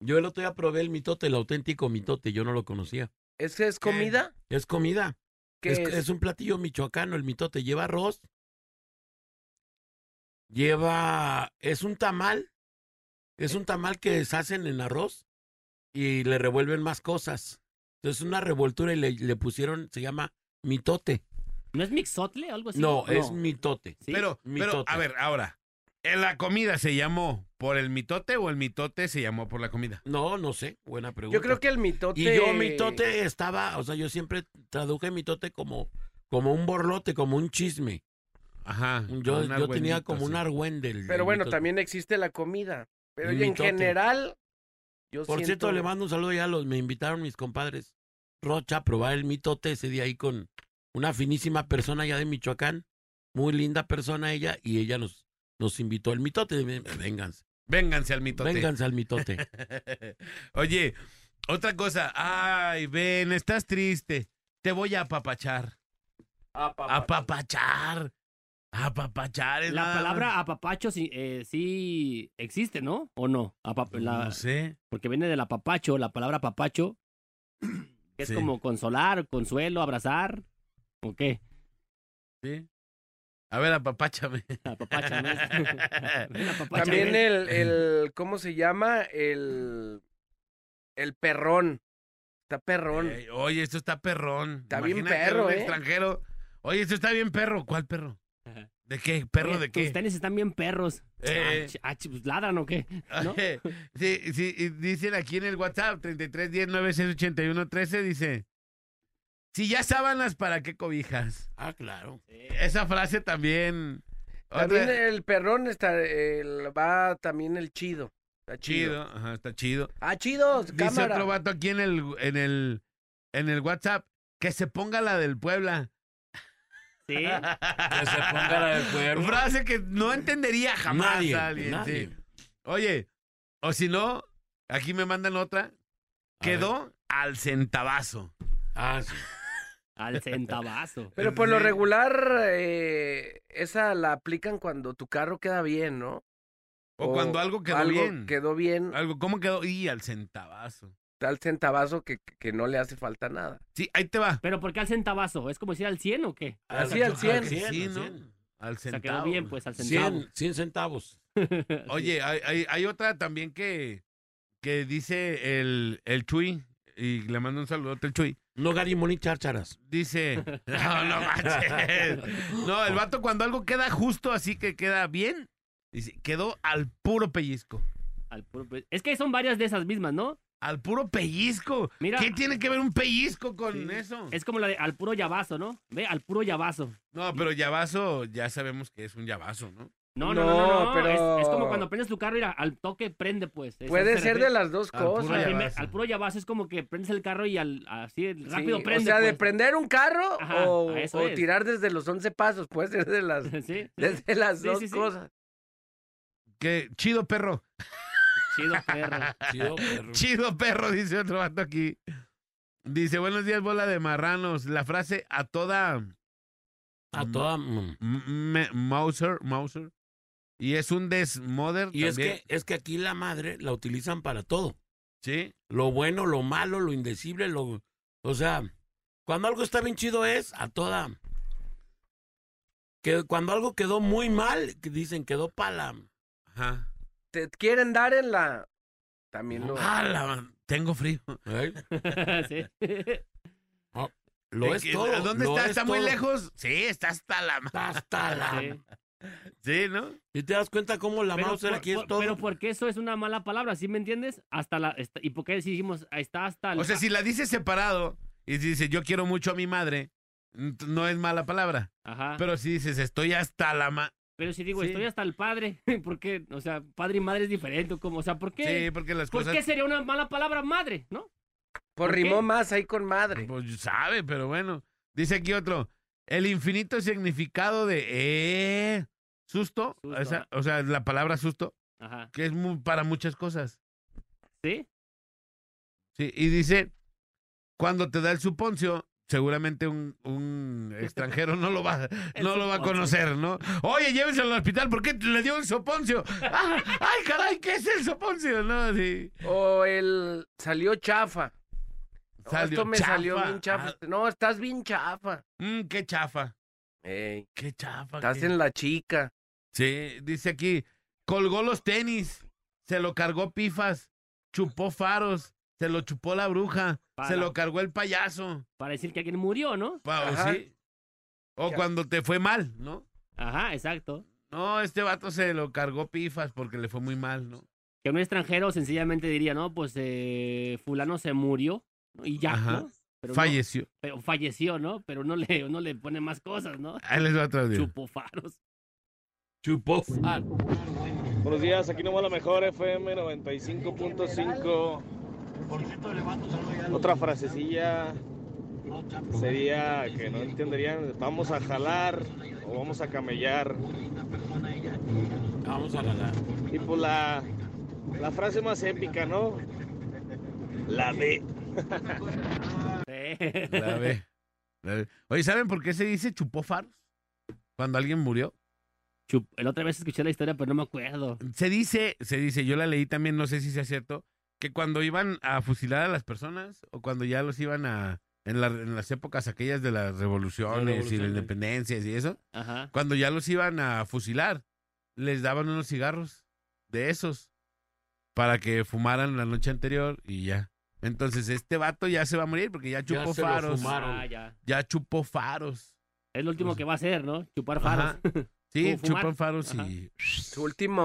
S5: Yo el otro día probé el mitote, el auténtico mitote. Yo no lo conocía.
S3: ¿Es que es comida?
S5: Es comida.
S3: ¿Qué
S5: Es,
S3: es?
S5: es un platillo michoacano, el mitote. Lleva arroz. Lleva. Es un tamal.
S3: Eh.
S5: Es un tamal que deshacen en arroz y le revuelven más cosas. Entonces, una revoltura y le, le pusieron, se llama mitote.
S4: ¿No es Mixotle o algo así?
S5: No, es mitote.
S4: ¿Sí?
S2: Pero, pero,
S5: Mitote.
S2: a ver, ahora. ¿en ¿La comida se llamó por el mitote o el mitote se llamó por la comida?
S5: No, no sé. Buena pregunta.
S3: Yo creo que el mitote...
S5: Y yo mitote estaba, o sea, yo siempre traduje mitote como, como un borlote, como un chisme.
S3: Ah,
S2: Ajá.
S5: Mm, Yo,
S2: un
S5: yo tenía
S2: argüendito,
S5: como
S2: sí.
S5: un argüende. el-
S3: Pero
S5: el
S3: bueno,
S5: mitote.
S3: también existe la comida. Pero
S5: El
S3: ya en
S5: mitote.
S3: general... Yo
S5: Por
S3: siento-
S5: cierto, le mando un saludo ya a los, me invitaron mis compadres Rocha a probar el mitote ese día ahí con una finísima persona ya de Michoacán, muy linda persona ella, y ella nos, nos invitó al mitote. Ven- Vénganse,
S2: Vénganse al mitote.
S5: vénganse al mitote.
S2: Oye, otra cosa. Ay, ven, estás triste. Te voy a apapachar.
S3: Ah,
S2: Ah, Apapachar. Apapachar es
S4: La
S2: nada más.
S4: palabra apapacho sí, eh, sí existe, ¿no? ¿O no? Apa- la-
S2: No sé.
S4: Porque viene del apapacho, la palabra apapacho, que es
S2: Sí.
S4: como consolar, consuelo, abrazar. ¿O qué?
S2: Sí. A ver, apapáchame.
S4: Apapacha, ¿no? Ven, apapáchame.
S3: También el, el... ¿Cómo se llama? El... El perrón. Está perrón.
S2: Ey, oye, esto está perrón.
S3: Está bien
S2: Imagínate
S3: perro,
S2: un
S3: ¿eh?
S2: extranjero. Oye, esto está bien perro. ¿Cuál perro? ¿De qué? ¿Perro
S4: Oye,
S2: de
S4: tus
S2: qué?
S4: tenis están bien perros.
S2: Eh.
S4: Ah, ch- ah, ch- pues, ladran o qué. ¿no?
S2: sí, sí, y dicen aquí en el WhatsApp, 3310968113, dice, si ya sábanas, ¿para qué cobijas?
S5: ah, claro.
S2: Esa frase también... otra-
S3: También el perrón está... el- va también el chido. Está
S2: chido, ajá, está chido.
S3: Ah, chidos,
S2: Dice
S3: cámara.
S2: otro vato aquí en el, en el, en el WhatsApp, que se ponga la del Puebla.
S4: Sí.
S5: Que se ponga la del pueblo.
S2: Frase que no entendería jamás
S5: Nadie,
S2: alguien.
S5: nadie.
S2: sí. Oye, o si no, aquí me mandan otra.
S5: A ver.
S2: Quedó al centavazo.
S5: Ah, sí.
S4: Al centavazo.
S3: Pero por lo
S2: Sí.
S3: regular, eh, esa la aplican cuando tu carro queda bien, ¿no?
S2: O, cuando algo quedó
S3: algo
S2: bien. Ah.
S3: Quedó bien,
S2: Algo, ¿cómo quedó? Y al centavazo.
S3: tal centavazo que, que no le hace falta nada.
S2: Sí, ahí te va.
S4: ¿Pero por qué al centavazo? ¿Es como decir al 100 o qué?
S3: Así al 100.
S5: cien,
S2: Sí,
S5: al
S2: ¿no?
S5: cien.
S2: Al
S4: O sea,
S2: centavo.
S4: quedó bien, pues, al centavo.
S5: 100, 100 centavos.
S2: Oye, hay, hay- hay otra también que, que dice el, el Chuy, y le mando un saludote al Chuy.
S5: No garimón y charcharas.
S2: Dice, no, no manches. No, el vato cuando algo queda justo así que queda bien, dice, quedó al puro pellizco.
S4: Al puro- pues, Es que son varias de esas mismas, ¿no?
S2: Al puro pellizco.
S4: Mira.
S2: ¿Qué tiene que ver un pellizco con eso?
S4: Es como la de al puro llavazo, ¿no? Ve, al puro llavazo.
S2: No, pero llavazo, ya sabemos que es un llavazo, ¿no?
S4: No, no, no, no,
S3: No,
S4: no,
S3: pero-
S4: Es, es como cuando prendes tu carro y al toque prende, pues. Eso
S3: Puede
S4: se
S3: ser
S4: refiere.
S3: de las dos
S2: al puro
S3: cosas.
S4: Al,
S2: llavazo.
S4: primer- al puro llavazo es como que prendes el carro y al así
S3: Sí,
S4: rápido prende.
S3: o sea, de
S4: pues.
S3: prender un carro
S4: Ajá,
S3: o,
S4: a eso
S3: o
S4: es.
S3: tirar desde los 11 pasos. Puede ser de las,
S4: Sí, sí.
S3: desde las
S4: Sí,
S3: dos
S4: sí, sí.
S3: cosas.
S2: Qué chido perro.
S4: Chido, perra.
S5: Chido, perro.
S2: Chido perro, dice otro vato aquí. Dice, buenos días, bola de marranos. La frase a toda m-
S5: A toda. mm.
S2: m- Mauser, Mauser. Y es un desmoder.
S5: Y es
S2: también.
S5: que, es que aquí la madre la utilizan para todo.
S2: Sí.
S5: Lo bueno, lo malo, lo indecible, lo. O sea, cuando algo está bien chido es a toda. Que cuando algo quedó muy mal, que dicen quedó pala.
S2: Ajá.
S3: Te quieren dar en la. También lo.
S2: Ah, la- tengo frío.
S5: ¿eh?
S4: Sí.
S5: Lo es
S2: ¿Qué-
S5: todo.
S2: ¿Dónde
S5: lo
S2: está?
S5: es
S2: ¿Está muy
S5: todo.
S2: lejos? Sí, está hasta la... ma-
S5: Está Hasta la.
S4: Sí.
S2: Sí, ¿no?
S5: Y te das cuenta cómo la
S4: Pero,
S5: mouse
S4: por-
S5: aquí es
S4: por-
S5: todo.
S4: pero porque eso es una mala palabra, ¿sí me entiendes? Hasta la. está- ¿Y por qué decimos ahí está hasta la.
S2: O sea, si la dices separado y dices yo quiero mucho a mi madre, nt- no es mala palabra.
S4: Ajá. Pero,
S2: Pero si dices estoy hasta la... ma-".
S4: si digo,
S2: sí.
S4: estoy hasta el padre, porque, o sea, padre y madre es diferente, como, o sea, ¿por
S2: Sí, pues,
S4: qué?
S2: porque las
S4: ¿Por
S2: cosas...
S4: qué sería una mala palabra madre, no?
S3: Pues
S4: ¿por qué?
S3: rimó más ahí con madre.
S2: Pues sabe, pero bueno. Dice aquí otro, el infinito significado de eh, susto,
S4: Susto,
S2: o, sea,
S4: ajá.
S2: o sea, la palabra susto,
S4: Ajá.
S2: que es mu- para muchas cosas.
S4: ¿Sí?
S2: Sí, y dice, cuando te da el suponcio, seguramente un, un extranjero no lo va,
S4: El
S2: no lo va a
S4: suponcio.
S2: conocer, ¿no? Oye, llévenselo al hospital, ¿por qué le dio el suponcio? Ah, ay, caray, ¿qué es el suponcio? No, sí.
S3: O el. Salió chafa. No,
S2: Salió
S3: esto me salió
S2: chafa. Ah,
S3: bien chafa.
S4: ah.
S3: No, estás bien chafa.
S2: Mm, qué chafa,
S3: Ey,
S2: qué chafa.
S3: estás
S2: qué-
S3: en la chica.
S2: Sí, dice aquí, colgó los tenis, se lo cargó pifas, chupó faros, se lo chupó la bruja, se
S4: Para.
S2: lo cargó el payaso.
S4: Para decir que alguien murió, ¿no?
S2: Pa- o
S3: Ajá.
S2: sí. O
S3: Ya.
S2: cuando te fue mal, ¿no?
S4: Ajá, exacto.
S2: No, este vato se lo cargó pifas porque le fue muy mal, ¿no?
S4: Que un extranjero sencillamente diría, no, pues eh, fulano se murió ¿no? y ya,
S2: Ajá.
S4: ¿no? Pero no-
S2: Falleció.
S4: pero falleció, ¿no? Pero no le, no le pone más cosas, ¿no?
S2: Ahí les va otra vez.
S4: Chupo faros.
S5: Chupó. Ah,
S7: Buenos días, aquí nomás la mejor FM 95.5. Otra frasecilla sería que no entenderían, vamos a jalar o vamos a camellar.
S5: Vamos a la. la-
S7: Y pues la, la frase más épica, ¿no? La de...
S4: Eh,
S2: La ve. La ve. Oye, ¿saben por qué se dice chupó faros? Cuando alguien murió.
S4: chup- La otra vez escuché la historia, pero no me acuerdo.
S2: Se dice, se dice, yo la leí también, no sé si sea cierto, que cuando iban a fusilar a las personas o cuando ya los iban a... En, la- en las épocas aquellas de las revoluciones y las
S5: revoluciones.
S2: independencias y eso,
S4: Ajá.
S2: cuando ya los iban a fusilar, les daban unos cigarros de esos para que fumaran la noche anterior y ya. Entonces este vato ya se va a morir porque ya
S5: Ya
S2: chupó
S5: se lo
S2: faros.
S5: fumaron.
S4: Ah, ya.
S2: Ya chupó faros.
S4: Es lo último que va a hacer, ¿no? Chupar faros.
S2: Pues Ajá. Sí,
S4: Como fumar.
S2: chupan faros
S4: Ajá.
S2: y...
S3: Su último.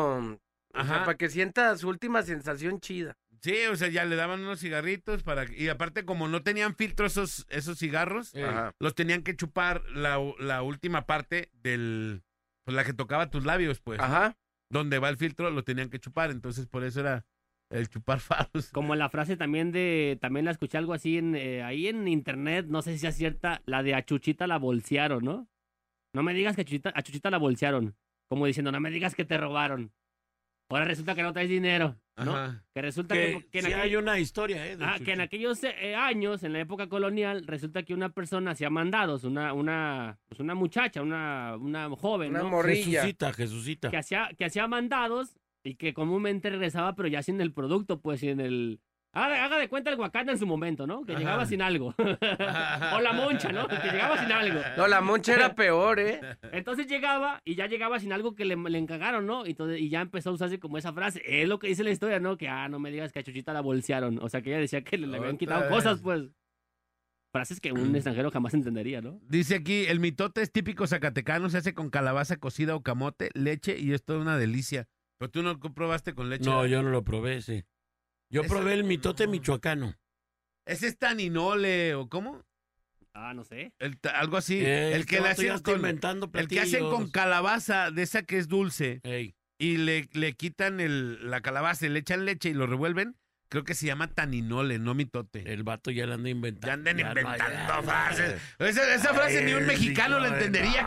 S3: o sea,
S2: Ajá.
S3: para que sienta su última sensación chida.
S2: Sí, o sea, ya le daban unos cigarritos para... Y aparte, como no tenían filtro esos, esos cigarros,
S5: Eh,
S3: Ajá.
S2: los tenían que chupar la, la última parte del... Pues la que tocaba tus labios, pues.
S3: Ajá.
S2: Donde va el filtro, lo tenían que chupar. Entonces, por eso era el chupar faros.
S4: Como la frase también de, también la escuché algo así en, eh, ahí en internet, no sé si sea cierta, la de a Chuchita la bolsearon, ¿no? No me digas que a Chuchita, a Chuchita la bolsearon. Como diciendo, no me digas que te robaron. Ahora resulta que no traes dinero, ¿no?
S2: Ajá.
S4: Que resulta que,
S5: que,
S4: que en
S5: sí
S4: aquel-
S5: hay una historia, ¿eh? de
S4: Ah,
S5: Chucho.
S4: que en aquellos eh, años, en la época colonial, resulta que una persona hacía mandados, una, una, pues una muchacha, una, una joven,
S3: Una
S4: pues, ¿no?
S3: morrilla.
S5: Jesucita, Jesucita.
S4: que hacía, que hacía mandados y que comúnmente regresaba, pero ya sin el producto, pues sin el. Haga, haga de cuenta el Wakanda en su momento, ¿no? Que
S2: Ajá.
S4: llegaba sin algo. o la moncha, ¿no? Que llegaba sin algo.
S3: No, la moncha era peor, ¿eh?
S4: Entonces llegaba y ya llegaba sin algo que le, le encargaron, ¿no? Entonces, y ya empezó a usarse como esa frase. Es lo que dice la historia, ¿no? Que, ah, no me digas que a Chuchita la bolsearon. O sea, que ella decía que le, le habían
S2: Otra
S4: quitado
S2: vez.
S4: cosas, pues. Frases que un extranjero jamás entendería, ¿no?
S2: Dice aquí, el mitote es típico zacatecano, se hace con calabaza cocida o camote, leche y es toda una delicia. Pero tú no probaste con leche.
S5: No,
S2: ¿verdad?
S5: yo no lo probé ese. Yo
S2: Ese-
S5: probé el mitote
S2: no.
S5: michoacano.
S2: Ese es taninole o cómo?
S4: Ah, no sé.
S2: El ta- algo así.
S5: Eh,
S2: el que
S5: este
S2: le
S5: vato ya
S2: hacen
S5: está
S2: con,
S5: inventando
S2: El que hacen con
S5: platillos.
S2: calabaza, de esa que es dulce,
S5: Ey,
S2: y le, le quitan el, la calabaza, y le echan leche y lo revuelven, creo que se llama taninole, no mitote.
S5: el vato ya le anda inventando.
S2: ya andan
S5: no,
S2: inventando
S5: ya-
S2: frases. Esa, esa frase ni un mexicano la entendería.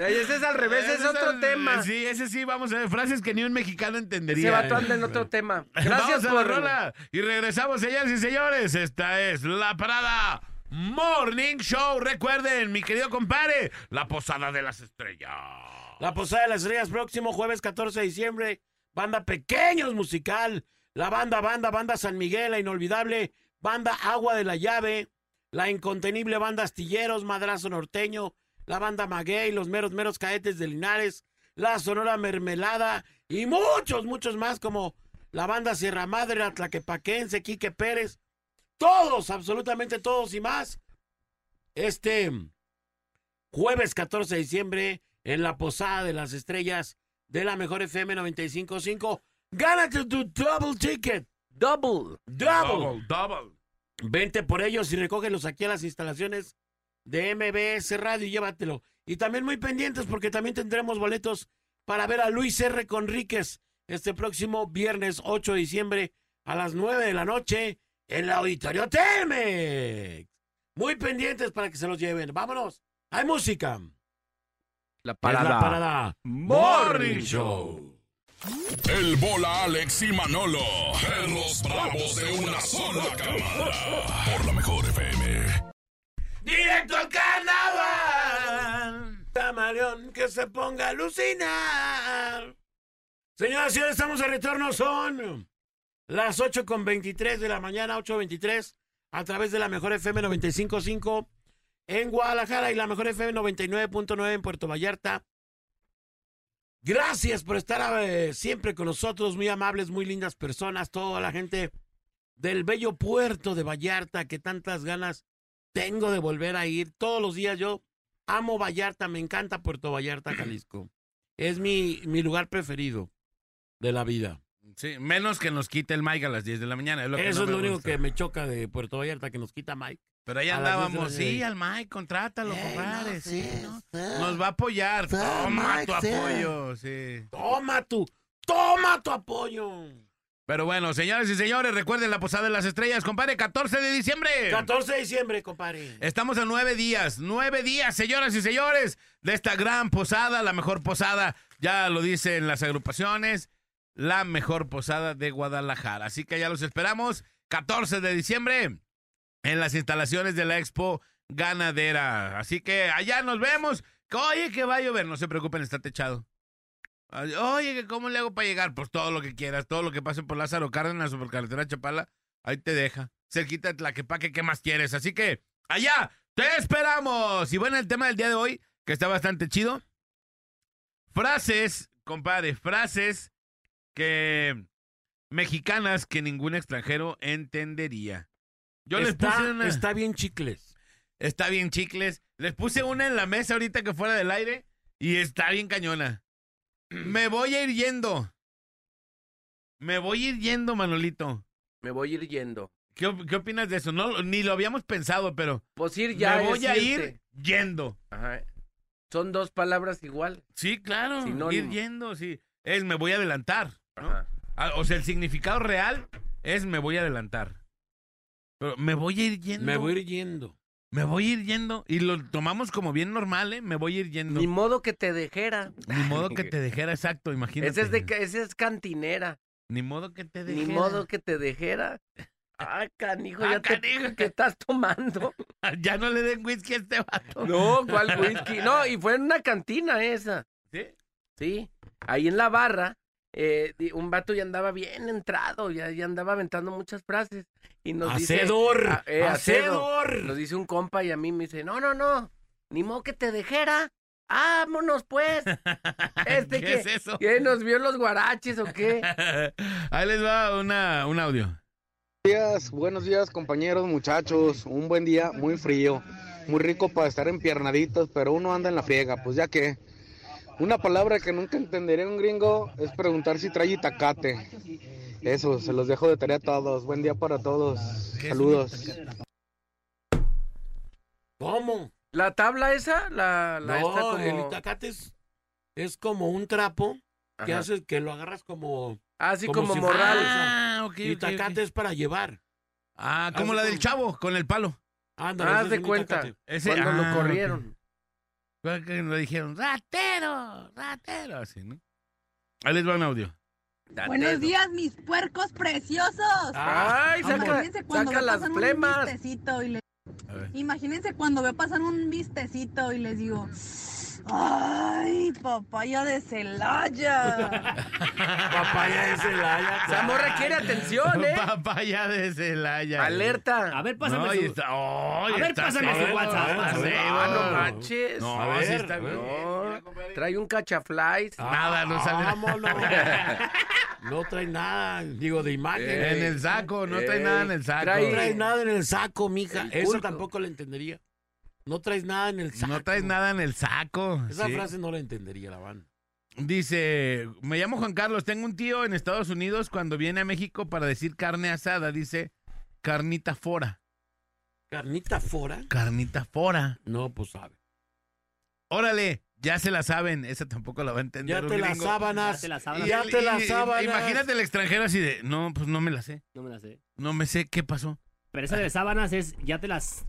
S3: Ey, Ese es al revés, ese es
S2: Ese
S3: otro
S2: el-
S3: tema.
S2: Sí, ese sí, vamos a ver, frases que ni un mexicano
S3: Ese
S2: entendería.
S3: vato anda en otro tema.
S2: Gracias
S3: Gracias
S2: Vamos a la
S3: por...
S2: rola. Y regresamos, señores y señores. Esta es la parada Morning Show. Recuerden, mi querido compadre, la posada de las estrellas.
S5: La Posada de las Estrellas, próximo jueves 14 de diciembre. Banda Pequeños Musical. La banda, banda, banda San Miguel, la inolvidable banda Agua de la Llave, la incontenible banda Astilleros, Madrazo Norteño, la banda Maguey, los meros, meros caetes de Linares, la Sonora Mermelada y muchos, muchos más como la banda Sierra Madre, la Tlaquepaquense, Quique Pérez, todos, absolutamente todos y más. Este jueves 14 de diciembre en la Posada de las Estrellas de la Mejor FM 955. Gánate tu double ticket.
S3: Double.
S5: Double.
S2: double.
S5: Vente por ellos y recógelos aquí a las instalaciones de MBS Radio y llévatelo. Y también muy pendientes porque también tendremos boletos para ver a Luis R. Conríquez este próximo viernes 8 de diciembre a las 9 de la noche en la Auditorio Telmex. Muy pendientes para que se los lleven. Vámonos. Hay música.
S3: La
S5: Es
S3: parada.
S5: la parada.
S2: Morning Show.
S6: El bola Alex y Manolo, perros bravos de una sola camada. Por la mejor FM.
S5: Directo al carnaval. Camaleón que se ponga a alucinar. Señoras y señores, estamos de retorno. Son las 8 con 23 de la mañana, 8.23, a través de la mejor FM 95.5 en Guadalajara y la mejor FM 99.9 en Puerto Vallarta. Gracias por estar eh, siempre con nosotros, muy amables, muy lindas personas, toda la gente del bello puerto de Vallarta que tantas ganas tengo de volver a ir todos los días. Yo amo Vallarta, me encanta Puerto Vallarta, Jalisco. Es mi, mi lugar preferido de la vida.
S8: Sí, menos que nos quite el Mike a las 10 de la mañana. Es lo que
S5: Eso
S8: no
S5: es
S8: me
S5: lo único
S8: gusta.
S5: que me choca de Puerto Vallarta, que nos quita Mike. Eh,
S8: Pero ahí
S5: a las 10 de la
S8: andábamos.
S5: mañana.
S8: Sí, al Mike, contrátalo, compadre. sí, ¿no?
S2: Nos va a apoyar.
S8: Toma
S5: Mike,
S8: tu
S5: sí.
S8: apoyo, sí.
S5: Toma tu, toma tu apoyo.
S2: Pero bueno, señores y señores, recuerden la Posada de las Estrellas, compadre, 14 de diciembre.
S5: 14 de diciembre, compadre.
S2: Estamos a nueve días, nueve días, señoras y señores, de esta gran posada, la mejor posada, ya lo dicen las agrupaciones, la mejor posada de Guadalajara. Así que ya los esperamos, 14 de diciembre, en las instalaciones de la Expo Ganadera. Así que allá nos vemos. Oye, que va a llover, no se preocupen, está techado. Ay, Oye, que ¿cómo le hago para llegar? Pues todo lo que quieras, todo lo que pase por Lázaro Cárdenas o por Carretera Chapala, ahí te deja. Cerquita de Tlaquepaque, ¿qué más quieres? Así que, allá, te esperamos. Y bueno, el tema del día de hoy, que está bastante chido. Frases, compadre, frases que mexicanas que ningún extranjero entendería. Yo les
S5: está,
S2: puse una...
S5: está bien chicles.
S2: Está bien, chicles. Les puse una en la mesa ahorita que fuera del aire y está bien cañona. Me voy a ir yendo. Me voy a ir yendo, Manolito.
S3: Me voy a ir yendo.
S2: ¿Qué, op- qué opinas de eso? No, ni lo habíamos pensado, pero
S3: Pues ir ya.
S2: me voy
S3: es
S2: a
S3: irte.
S2: ir yendo.
S3: Ajá. Son dos palabras igual.
S2: Sí, claro.
S3: Sinónimo.
S2: Ir yendo, sí. Es me voy a adelantar. ¿no?
S3: Ajá.
S2: Ah, O sea, el significado real es me voy a adelantar. Pero me voy a ir yendo.
S5: Me voy a ir yendo.
S2: Me voy a ir yendo. Y lo tomamos como bien normal, ¿eh? Me voy a ir yendo.
S3: Ni modo que te dejera.
S2: Ni modo que te dejera, exacto, imagínate.
S3: Ese es, de, ca- ese es cantinera.
S2: Ni modo que te
S3: Ni
S2: dejera.
S3: modo que te dejera. Ah, canijo,
S2: Ah,
S3: ya te,
S2: canijo.
S3: te estás tomando.
S2: Ya no le den whisky a este vato.
S3: No, ¿cuál whisky? No, y fue en una cantina esa.
S2: ¿Sí?
S3: Sí. Ahí en la barra, eh, di- un vato ya andaba bien entrado, ya, ya andaba aventando muchas frases. Y nos dice.
S5: hacedor.
S3: Ah, eh, acedo.
S5: hacedor.
S3: Nos dice un compa y a mí me dice, no, no, no, ni modo que te dejera. Vámonos pues. Este
S2: ¿Qué
S3: que,
S2: es eso?
S3: ¿qué, nos vio en los guaraches o qué?
S2: Ahí les va una, un audio.
S7: días, buenos días compañeros, muchachos. Un buen día, muy frío, muy rico para estar empiernaditos, pero uno anda en la friega, pues ya que. Una palabra que nunca entendería un gringo es preguntar si trae itacate. Eso, se los dejo de tarea a todos. Buen día para todos. Saludos.
S5: ¿Cómo?
S3: La tabla esa, la, la
S5: no,
S3: esta como-
S5: el itacate es, es como un trapo que
S3: Ajá.
S5: haces que lo agarras como
S3: Así
S5: como
S3: como,
S5: si-
S3: morral.
S2: Ah, ok, ok,
S5: Y tacate
S2: ok.
S5: es para llevar.
S2: Ah, como la del chavo, con el palo.
S5: Ándale,
S3: Haz
S5: ese es
S3: de
S5: un
S3: cuenta.
S5: itacate.
S2: Ese,
S3: cuando
S2: ah,
S3: lo
S2: ok.
S3: corrieron.
S2: Fue que Lo dijeron, ratero, ratero, así, ¿no? Ahí les va un audio.
S9: Buenos días, mis puercos preciosos.
S3: Ay,
S6: Ah,
S3: saca,
S9: Imagínense cuando
S3: saca
S9: veo
S3: las
S9: pasar un
S3: flemas.
S9: vistecito y le-
S2: A ver.
S9: Imagínense cuando veo pasar un vistecito y les digo, ay, papaya de Celaya.
S5: Ah, Papaya de Celaya.
S3: Esa morra
S2: Ah,
S3: quiere atención, ¿eh?
S2: Papaya de Celaya.
S3: Alerta.
S4: A ver, pásame
S2: No,
S4: su-
S2: y está, oh,
S4: A
S2: y
S4: ver,
S2: está
S4: pásame su
S2: cebo,
S4: WhatsApp.
S2: está
S5: Ah,
S2: cebo.
S3: no manches.
S2: No,
S5: A ver,
S2: sí está
S5: a ver.
S3: No, Trae un cachaflies.
S2: Nada, no
S5: Ah,
S2: sale nada.
S5: Vámonos. No trae nada, digo, de imagen.
S2: Eh, En el saco, no trae
S3: Ey.
S2: nada en el saco.
S5: No
S3: Trae-
S5: traes nada en el saco, mija.
S3: El
S5: Eso
S3: culto.
S5: tampoco la entendería. No traes nada en el saco.
S2: No traes nada en el saco.
S5: Esa
S2: sí.
S5: frase no la entendería la van.
S2: Dice, me llamo Juan Carlos, tengo un tío en Estados Unidos cuando viene a México para decir carne asada, dice carnita fora,
S5: Carnita fora.
S2: carnita fora.
S5: No, pues sabe.
S2: Órale, ya se la saben, esa tampoco la va a entender.
S5: Ya
S2: un
S5: te las
S2: gringo.
S5: sábanas.
S4: Ya te las
S2: Y-
S4: sábanas.
S5: Ya te
S2: y-
S5: las
S2: y-
S5: sábanas.
S2: Imagínate el extranjero así de, no, pues no me la sé,
S4: No me la sé.
S2: no me sé qué pasó.
S4: Pero esa de sábanas es, ya te las,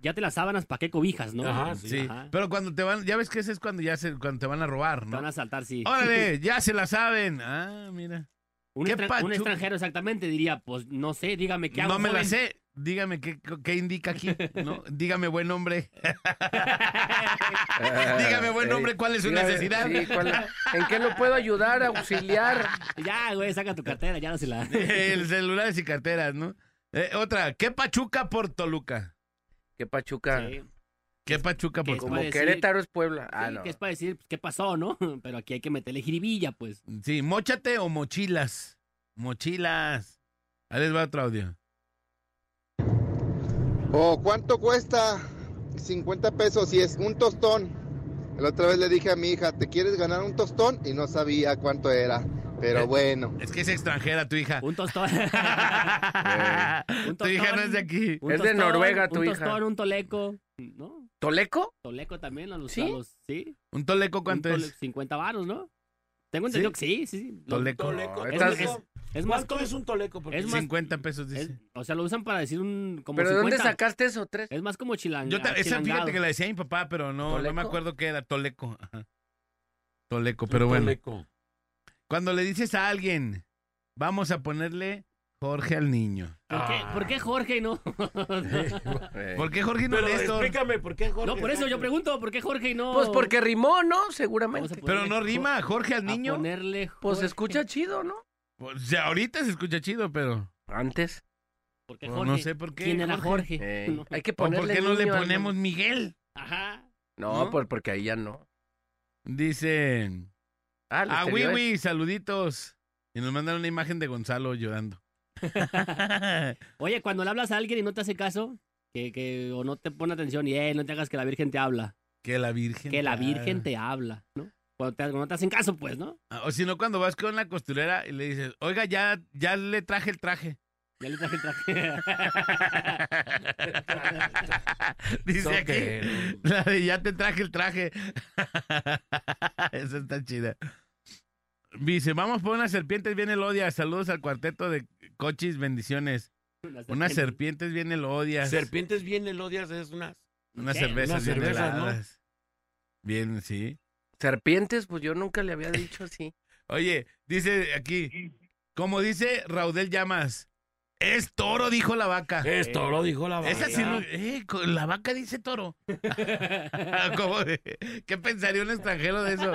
S4: ya te las sábanas, ¿para qué cobijas, no?
S5: Ajá,
S2: Sí,
S4: ajá.
S2: pero cuando te van, ya ves que ese es cuando ya se, cuando te van a robar,
S4: Te
S2: ¿no?
S4: van a saltar, sí.
S2: Órale, ya se la saben. Ah, mira.
S4: Un,
S2: ¿Qué
S4: extra-
S2: pachu-
S4: un extranjero exactamente diría, pues no sé, dígame qué hago.
S2: No me la
S4: joven?
S2: sé. Dígame qué, qué indica aquí, ¿no? Dígame buen hombre. Dígame, buen
S3: Ey,
S2: hombre, ¿cuál es su
S3: Ah, eh, dígame,
S2: necesidad?
S3: sí, ¿cuál es? ¿En qué lo puedo ayudar, auxiliar?
S4: Ya, güey, saca tu cartera, ya no se la.
S2: El celular y carteras, ¿no? Eh, otra, ¿qué pachuca por Toluca?
S3: Que Pachuca.
S4: Sí,
S2: ¿Qué pachuca por
S4: ¿Qué
S3: Como
S4: Puede decir-
S3: Querétaro es Puebla. Ah,
S4: sí,
S3: no.
S4: que es para decir pues, qué pasó, ¿no? Pero aquí hay que meterle jiribilla, pues.
S2: Sí, mochate o mochilas. Mochilas. Ahí les va otro audio.
S7: ¿O Oh, cuánto cuesta? 50 pesos y es un tostón. La otra vez le dije a mi hija, ¿te quieres ganar un tostón? Y no sabía cuánto era. Pero bueno.
S2: Es que es extranjera tu hija.
S4: Un tostón. un
S2: tu hija no
S4: tostón.
S2: es de aquí.
S4: Un
S3: Es de Noruega, tu
S4: un
S3: hija.
S4: tostón, un toleco, ¿no?
S3: ¿Toleco?
S4: Toleco también, a los
S3: ¿Sí?
S4: a los- ¿sí?
S2: ¿Un toleco cuánto
S4: Un tole-
S2: es?
S4: 50 varos, ¿no? Tengo entendido que sí, sí, sí. Lo-
S2: Toleco.
S5: Toleco.
S3: No,
S4: Es,
S3: Estás-
S4: es- es más,
S5: ¿Cuánto es un toleco? Porque
S4: es más-
S2: 50 pesos,
S4: es-
S2: dice.
S4: o sea, lo usan para decir un como ¿Eh?
S3: ¿Pero de dónde
S4: 50.
S3: sacaste eso? ¿Tres?
S4: Es más como chilang.
S2: Yo ta- esa
S4: achilangado.
S2: fíjate que la decía mi papá, pero no, no me
S3: ¿Toleco?
S2: acuerdo qué era. Toleco. Ajá. Toleco,
S5: un
S2: pero bueno.
S5: toleco.
S2: Cuando le dices a alguien, vamos a ponerle Jorge al niño.
S4: ¿Por, qué,
S5: Ah.
S4: por qué Jorge no?
S3: Eh,
S2: ¿Por qué Jorge no
S5: Pero
S2: Néstor?
S5: explícame por qué Jorge.
S4: No, por eso yo
S5: Jorge?
S4: pregunto, ¿por qué Jorge no?
S3: Pues porque rimó, ¿no?
S4: Vamos a
S3: Seguramente.
S2: Pero
S4: ponerle
S2: no
S4: Jo-
S2: rima, Jorge al
S4: a
S2: niño.
S4: ponerle
S3: Pues
S4: Jorge.
S3: se escucha chido, ¿no?
S2: O sea, ahorita se escucha chido, pero
S3: Antes.
S4: ¿Por qué
S2: Pues, no
S4: Jorge?
S2: sé por qué,
S4: ¿Quién era Jorge?
S3: Eh,
S4: No.
S3: Hay que
S2: ¿o
S3: ponerle
S2: por qué no le
S3: niño al-
S2: ponemos Miguel?
S4: Ajá.
S3: No,
S2: ¿No?
S3: pues porque ahí ya no.
S2: Dicen,
S3: Ah, le
S2: a
S3: salió
S2: Wiwi,
S3: eso.
S2: saluditos. Y nos mandan una imagen de Gonzalo llorando.
S4: Oye, cuando le hablas a alguien y no te hace caso, que, que o no te pone atención y eh, no te hagas que la Virgen te habla.
S2: que la Virgen.
S4: Que la
S2: te
S4: Virgen
S2: haga.
S4: te habla, ¿no? Cuando, te, cuando no te hacen caso, pues, ¿no?
S2: Ah, O si no, cuando vas con la costurera y le dices, oiga, ya, ya le traje el traje.
S4: Ya le traje el traje.
S2: Dice aquí,
S5: Soquero.
S2: la de ya te traje el traje. Esa está chida. Dice, vamos por unas serpientes, viene el Odia. Saludos al cuarteto de cochis, bendiciones. Unas serpientes, viene el Odia.
S5: Serpientes bien elodias es unas.
S2: unas
S4: ¿Qué?
S2: cervezas,
S5: Unas
S2: bien
S5: cervezas, ¿no?
S2: heladas. Bien, sí.
S3: Serpientes, pues yo nunca le había dicho así.
S2: Oye, dice aquí, como dice Raudel Llamas, es toro, dijo la vaca.
S5: Esto lo dijo la
S2: Eh, Esa sí, no-
S5: vaca.
S2: eh, co- la vaca dice toro. ¿Cómo de- ¿Qué pensaría un extranjero de eso?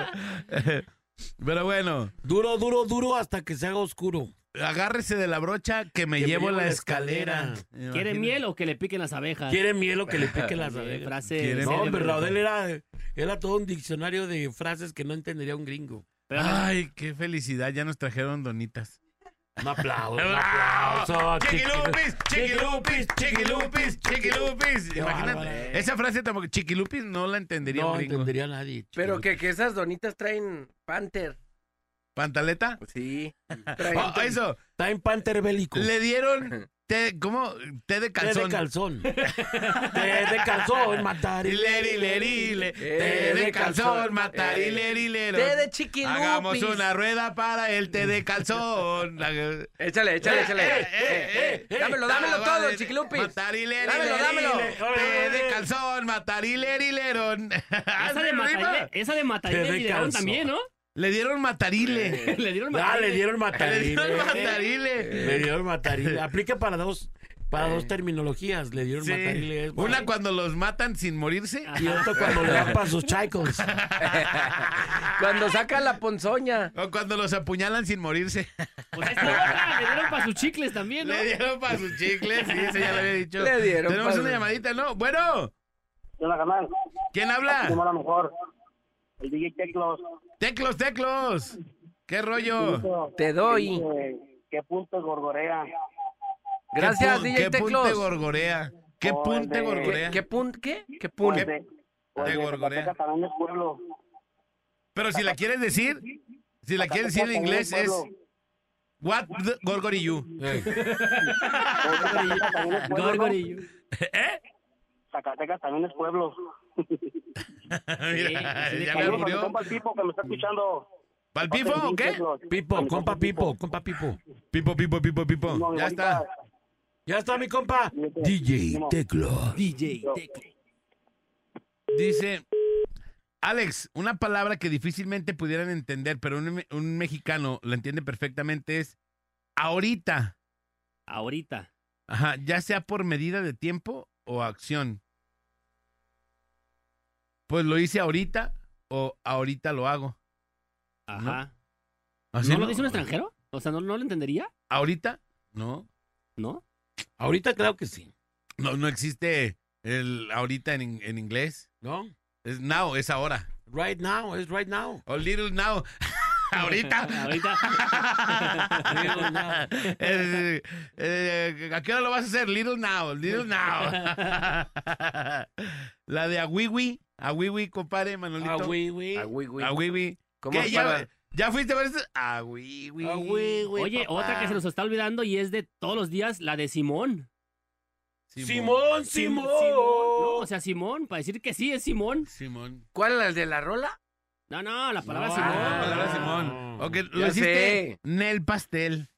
S2: Pero bueno,
S5: Duro, duro, duro hasta que se haga oscuro.
S2: agárrese de la brocha que me
S5: Que me
S2: llevo
S5: llevo
S2: la
S5: la
S2: escalera.
S4: ¿Quiere
S2: Imagínate.
S4: miel o que le piquen las abejas?
S5: Quiere miel o que le pique las
S4: Eh,
S5: abejas.
S4: frase.
S2: ¿Quiere
S5: No,
S2: miel?
S5: hombre, Raudel era, era todo un diccionario de frases que no entendería un gringo.
S4: Pero no-
S2: Ay, qué felicidad, ya nos trajeron donitas. ¡Ah!
S5: Un aplauso, un aplauso.
S2: Chiquilupis, chiquilupis, chiquilupis, chiquilupis.
S5: Qué bárbaro.
S2: Imagínate, esa frase tampoco, chiquilupis no la entendería
S5: No
S2: un gringo.
S5: entendería nadie.
S3: Pero que, que esas donitas traen Panther.
S2: ¿Pantaleta?
S3: Sí. Traen
S2: Oh, eso,
S5: Está en Panther bélico.
S2: le dieron té, ¿cómo? Té de
S5: Té
S2: calzón.
S5: de calzón. Té de calzón, matar. y-
S2: Ilerilerile, té
S3: Eh,
S2: de
S3: de
S2: calzón,
S3: calzón.
S2: matar
S3: Eh.
S2: ilerilero.
S3: Té de chiquilupis.
S2: Hagamos una rueda para el té de calzón. Dámelo,
S3: Échale, échale,
S2: Eh,
S3: échale. Eh, eh, dámelo, dámelo todo, chiquilupis.
S2: Matar
S3: Dámelo, dámelo.
S2: Té de calzón, matar ilerilerón.
S4: esa, de Matarile, esa de Matarile
S5: Te
S4: le dieron
S5: descalzo.
S4: también, ¿no?
S2: Le dieron
S3: Eh,
S2: matarile.
S4: le dieron
S5: Ah,
S4: Matarile.
S5: le dieron eh. matarile.
S2: Le
S3: Eh,
S2: dieron matarile.
S5: Le dieron matarile. Aplica para dos. Para dos terminologías le dieron
S8: Sí.
S5: matar y leer.
S2: Eh. Una cuando los matan sin morirse.
S5: y otra cuando le dan para sus chicos.
S3: Cuando saca la ponzoña.
S2: O cuando los apuñalan sin morirse.
S4: Pues esta otra le dieron para sus chicles también, ¿no?
S2: Le dieron para sus chicles. Sí, eso ya lo había dicho.
S3: Le dieron
S2: Tenemos
S3: pa'
S2: una
S3: su-
S2: llamadita, ¿no? Bueno, ¿quién
S10: Como
S2: habla?
S10: la mejor. El DJ Teclos.
S2: Teclos, teclos. ¿Qué rollo?
S3: Te doy.
S10: Eh, ¿Qué punto gorgorea?
S3: Gracias,
S2: ¿Qué pu-
S3: DJ
S2: ¿Qué punte eh.
S3: Teclos.
S2: gorgorea? ¿Qué
S10: Oh,
S2: punte
S10: de-
S2: gorgorea?
S3: ¿Qué, ¿Qué pun? ¿Qué? ¿Qué
S2: Ah,
S3: pun?
S10: Pues de- pues
S2: Te
S10: de
S2: gorgorea.
S10: Zacatecas También es pueblo.
S2: Pero si la quieres decir, si la quieres decir
S10: Zacatecas
S2: en inglés
S10: también
S2: es
S10: es pueblo.
S2: What the Gorgory you.
S10: Pues Zacatecas también es pueblo, ¿no?
S4: Gorgorillo.
S10: Zacatecas también es pueblo.
S2: Mira,
S4: sí,
S2: ya
S4: sí,
S2: me
S10: Saludos a mi
S2: murió.
S10: compa el Pipo que me está escuchando.
S2: ¿Palpifo o qué?
S5: Pipo, compa Pipo, compa Pipo.
S2: Pipo, pipo, pipo, pipo. Ya está.
S5: Ya está mi compa. DJ Teclo.
S4: DJ
S2: Dice, Alex, una palabra que difícilmente pudieran entender, pero un, me- un mexicano la entiende perfectamente es ahorita.
S4: Ahorita.
S2: Ajá, ya sea por medida de tiempo o acción. Pues lo hice ahorita o ahorita lo hago.
S4: Ajá.
S2: Así,
S4: ¿No lo dice un extranjero? O sea, ¿no, no lo entendería?
S2: ¿Ahorita? No.
S4: ¿No?
S5: Ahorita creo que sí.
S2: No, no existe el ahorita en, in- en inglés.
S5: ¿No?
S2: Es now, es ahora.
S5: Right now, es right now.
S2: O little now. ahorita.
S4: Ahorita.
S5: Little now.
S2: Eh, eh, ¿A qué hora lo vas a hacer? Little now, little now. La de a wiwi, a wiwi, compadre, Manolito.
S5: Ah, güey, güey.
S3: Ah, güey, güey.
S2: A wiwi.
S3: ¿Cómo
S2: ¿Qué?
S3: es
S2: ¿Ya,
S3: para-
S2: ya fuiste a ver esto? A wiwi.
S5: Ah, güey, güey,
S4: Oye,
S5: papá.
S4: otra que se nos está olvidando y es de todos los días, la de Simón.
S5: Simón,
S4: Sim-
S5: Simón.
S4: No, o sea, Simón, para decir que sí es Simón.
S2: Simón.
S3: ¿Cuál es la de la rola?
S4: No, no, la palabra
S5: No,
S4: Simón.
S2: Ah,
S5: Ah.
S2: palabra Simón. Ok, lo
S3: Ya
S2: hiciste
S3: sé.
S2: Nel Pastel.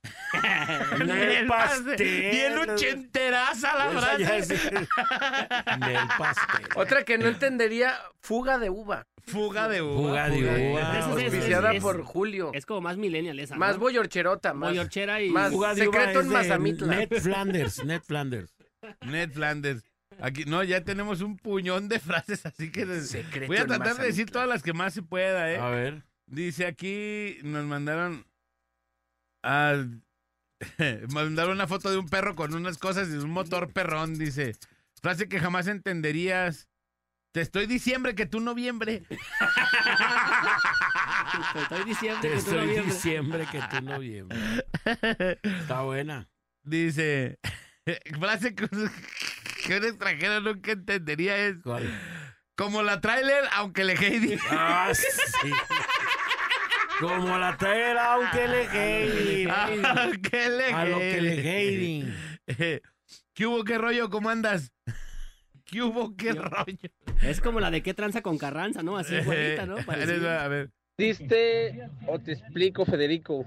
S5: Nel pastel.
S2: Bien ochenteraza
S3: Pues,
S2: la
S5: Esa ya
S2: frase.
S5: es- Nel pastel.
S3: Otra que no entendería, fuga de uva.
S2: Fuga de uva.
S5: Fuga de uva.
S4: Esa es-
S3: Auspiciada
S4: es-
S3: por Julio.
S4: Es como más millennial esa.
S3: más
S4: ¿no?
S3: boyorcherota, más.
S4: Boyorchera y.
S3: más-
S5: Fuga de
S3: Secreto
S5: uva
S3: en
S5: es de
S3: Mazamitla.
S5: Ned Flanders, Ned Flanders.
S2: Ned Flanders. Aquí, no, ya tenemos un puñón de frases, así que des-
S3: Secreto
S2: voy a
S3: en
S2: tratar de decir
S3: Mazamitla.
S2: todas las que más se pueda, ¿eh?
S5: A ver.
S2: Dice aquí, nos mandaron al- mandaron una foto de un perro con unas cosas y un motor perrón, dice. Frase que jamás entenderías. Te estoy diciembre que tú noviembre.
S4: Te estoy diciendo
S5: Te
S4: que tú lo
S5: estoy
S4: vieras.
S5: diciembre que tú no vienes. Está buena.
S2: Dice, frase que, que un extranjero nunca entendería es
S5: ¿Cuál?
S2: como la trailer, aunque le heidi.
S5: Ah, sí. Como la tela, aunque le heidi.
S2: Aunque le
S5: A lo que le
S2: heidi.
S5: heidi.
S2: Eh, ¿Qué hubo, qué rollo? ¿Cómo andas? ¿Qué hubo, qué rollo?
S4: Es como la de qué tranza con Carranza, ¿no? Así igualita, ¿no?
S2: Eh,
S4: Parecido.
S2: a ver,
S7: ¿Diste o te explico, Federico?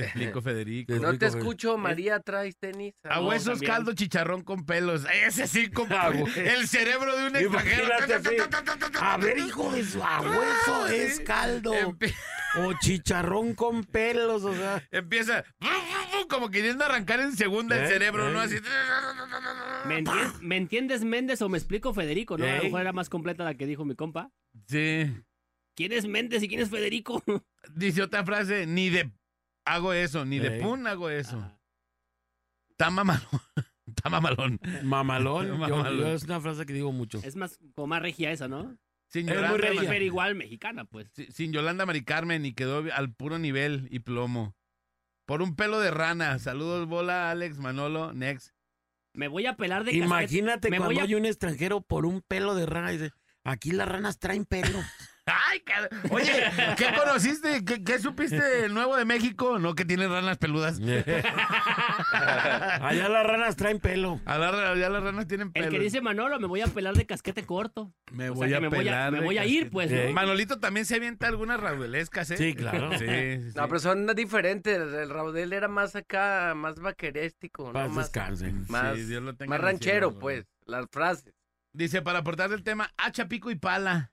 S2: explico, Federico.
S3: No te
S5: Rico, güey.
S3: escucho, María, traes tenis.
S2: A
S4: No,
S2: huesos,
S4: también.
S2: caldo, chicharrón con pelos. Ese sí,
S5: Ah,
S2: compadre.
S5: güey.
S2: El cerebro de un extranjero.
S5: Imagínate así. A ver, hijo de su abuelo, es caldo.
S2: Empie-
S5: O chicharrón con pelos, o sea.
S2: Empieza como queriendo arrancar en segunda el
S5: Eh,
S2: cerebro,
S5: eh.
S2: ¿no? Así.
S4: ¿Me, entien- ¿Me entiendes, Méndez, o me explico Federico, no? A lo
S5: Ey.
S4: mejor era más completa la que dijo mi compa.
S2: Sí.
S4: ¿Quién es Méndez y quién es Federico?
S2: Dice otra frase, ni de hago eso, ni de
S5: Ey.
S2: pun hago eso.
S4: Ajá.
S2: Está mamalón. Está mamalón.
S5: Mamalón. yo-
S2: Mamalón.
S5: yo es una frase que digo mucho.
S4: Es más, como más regia esa, ¿no?
S2: Sin
S5: Es muy
S2: Yolanda,
S5: regia.
S2: Mari-
S4: Pero igual mexicana, pues.
S2: si- sin Yolanda Mari Carmen y quedó al puro nivel y plomo. Por un pelo de rana. Saludos, bola, Alex, Manolo, Next.
S4: Me voy a pelar de casquete.
S5: Imagínate
S4: Me voy
S5: cuando
S4: a-
S5: hay un extranjero por un pelo de rana y dice, aquí las ranas traen pelo.
S2: Ay, car- Oye, ¿qué conociste? ¿Qué, qué supiste del Nuevo de México? No, que tiene ranas peludas.
S5: Allá las ranas traen pelo.
S2: A la ra- ya las ranas tienen pelo.
S4: El que dice Manolo, me voy a pelar de casquete corto.
S2: me
S4: o sea que me voy a- me
S2: de
S4: voy a ir,
S2: casquete.
S4: pues, ¿no?
S2: Eh, Manolito también se avienta algunas raudulescas, ¿eh?
S5: Sí, claro.
S2: Sí, sí, sí.
S3: No, pero son diferentes. El Raudel era más acá, más vaqueréstico, ¿no?
S5: Paz
S3: Más,
S5: descanse.
S3: más-
S2: Sí, Dios lo tenga
S3: más
S2: en el
S3: ranchero,
S2: cielo, güey.
S3: pues, las frases.
S2: Dice, para aportar el tema, hacha, pico y pala.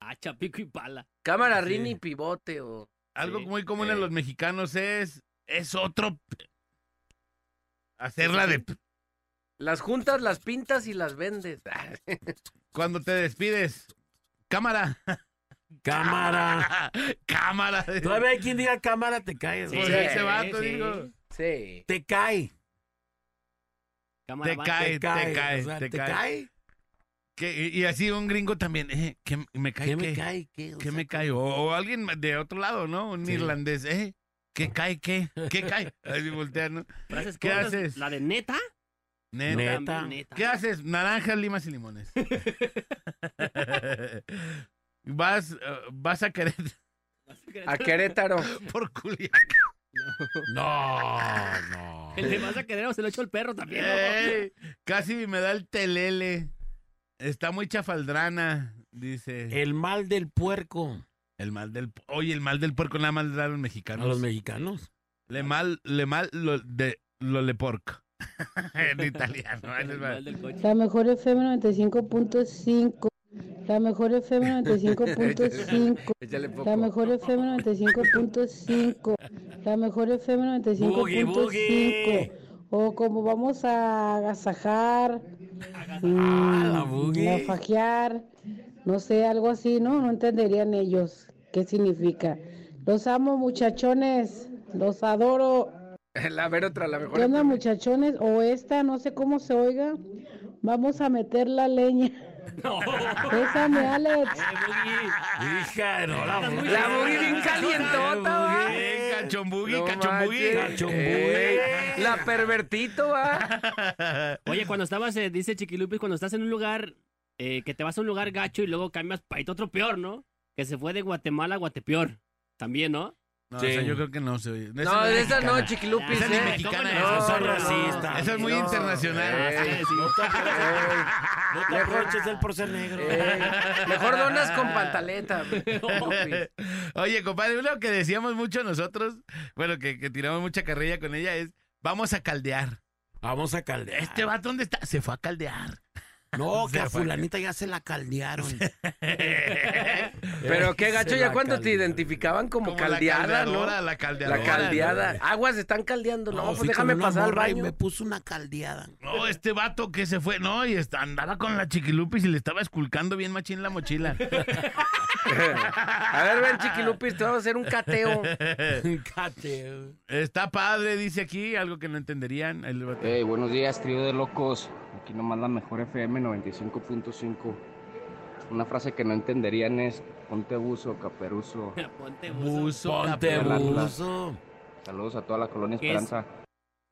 S4: Hacha, pico Ah, y pala.
S3: Cámara,
S2: Sí.
S3: rini, pivote o...
S2: Algo
S4: Sí,
S2: muy común en
S3: sí.
S2: los mexicanos es... Es otro... p- Hacerla de... p-
S3: Las juntas, las pintas y las vendes.
S2: Cuando te despides. Cámara. Ah.
S5: Cámara.
S2: Cámara.
S5: Todavía hay quien diga cámara, te caes.
S2: Pues
S5: güey.
S2: ese vato,
S4: sí.
S2: digo.
S3: Sí.
S5: Te cae.
S4: Cámara
S2: Te
S4: va.
S2: cae, te cae,
S5: o sea,
S2: te cae. Que- y y así un gringo también. Eh, que me cae?
S5: ¿Qué me
S2: qué?
S5: cae? ¿Qué? O
S2: ¿Qué
S5: sea,
S2: me cae? O, o alguien de otro lado, ¿no? Un
S5: Sí.
S2: irlandés. ¿Eh? ¿Qué cae? ¿Qué? ¿Qué cae? Así voltean, ¿no?
S4: Frases
S2: ¿Qué
S4: cortas,
S2: haces?
S4: La de neta.
S2: Neta.
S5: No.
S4: También
S5: Neta.
S4: neta.
S2: ¿Qué haces? Naranjas, limas y limones. vas, eh, vas a querer
S3: A Querétaro.
S2: por culiar.
S5: No, no.
S4: El de vas a querer o se lo echó el perro también. ¿no?
S2: Ey, casi me da el telele. Está muy chafaldrana, dice.
S5: El mal del puerco.
S2: El mal del... pu- Oye, el mal del puerco nada más le da a los
S5: A
S2: mexicanos.
S5: los mexicanos.
S2: Le mal, le mal, lo de lo le porco. en italiano. ahí
S4: El
S2: les va.
S4: animal del coche.
S11: La mejor FM 95.5. La mejor FM 95.5.
S3: Échale poco.
S11: La mejor FM 95.5. La mejor FM
S5: Boogie, boogie.
S11: 95.5. O como vamos a agasajar, mm,
S5: la boogie.
S11: a fajear, no sé, algo así, ¿no? No entenderían ellos qué significa. Los amo, muchachones. Los adoro.
S3: La- A ver otra, la mejor.
S11: ¿Qué onda, muchachones? O esta, no sé cómo se oiga. Vamos a meter la leña. Pésame, Alex.
S5: Hija, no, la boogie.
S3: La boogie bien calientota, va.
S2: Eh, Cachombugui,
S3: No
S2: cachombugui.
S3: manches.
S5: Cachombugui.
S3: Ey, La pervertito, va.
S4: Oye, cuando estabas, eh, dice Chiquilupis, cuando estás en un lugar, eh, que te vas a un lugar gacho y luego cambias para irte a otro peor, ¿no? Que se fue de Guatemala a Guatepeor. También, ¿no?
S2: No,
S5: Sí.
S2: esa yo creo que no se oye. Esa
S3: No, de
S2: es
S3: esa no,
S2: mexicana.
S3: chiquilupis.
S2: Esa ni
S3: eh.
S2: mexicana,
S3: No,
S2: esa
S5: no,
S2: es
S5: no.
S2: racista. Esa es muy
S3: No.
S4: Ah,
S2: internacional. Eh.
S3: Ey,
S5: No te aproches él por ser negro.
S3: ey. Eh, Mejor donas con pantaleta. chiquilupis.
S2: Oye, compadre, uno que decíamos mucho nosotros, bueno, que, que tiramos mucha carrilla con ella es, vamos a caldear.
S5: Vamos a caldear.
S2: Este vato, ¿dónde está? Se fue a caldear.
S5: No, que
S2: Se
S5: a
S2: fue a
S5: fulanita ya se la caldearon.
S3: Pero qué gacho,
S5: Se
S3: ya
S5: Eh, la
S3: cuando te
S5: caldearon.
S3: identificaban como,
S2: Como la
S3: caldeada, ¿no?
S2: caldeadora, la caldeadora.
S3: La caldeada. Aguas están caldeando. No, pues
S5: fui con
S3: déjame
S5: una
S3: pasar al
S5: morra y
S3: baño.
S5: me puso una caldeada.
S2: No, este vato que se fue, no, y est- andaba con la chiquilupis y le estaba esculcando bien machín la mochila.
S3: A ver, ven, chiquilupis, te vamos a hacer un cateo.
S5: Cate.
S2: Está padre, dice aquí, algo que no entenderían. El vato.
S3: Eh,
S12: Hey, buenos días, trío de locos. Aquí nomás la mejor FM 95.5. Una frase que no entenderían es ponte buzo, caperuzo.
S4: Ponte buzo.
S2: Buzo,
S5: Ponte
S2: cabrón.
S5: buzo.
S12: Saludos a toda la colonia
S4: ¿Qué es?
S12: Esperanza.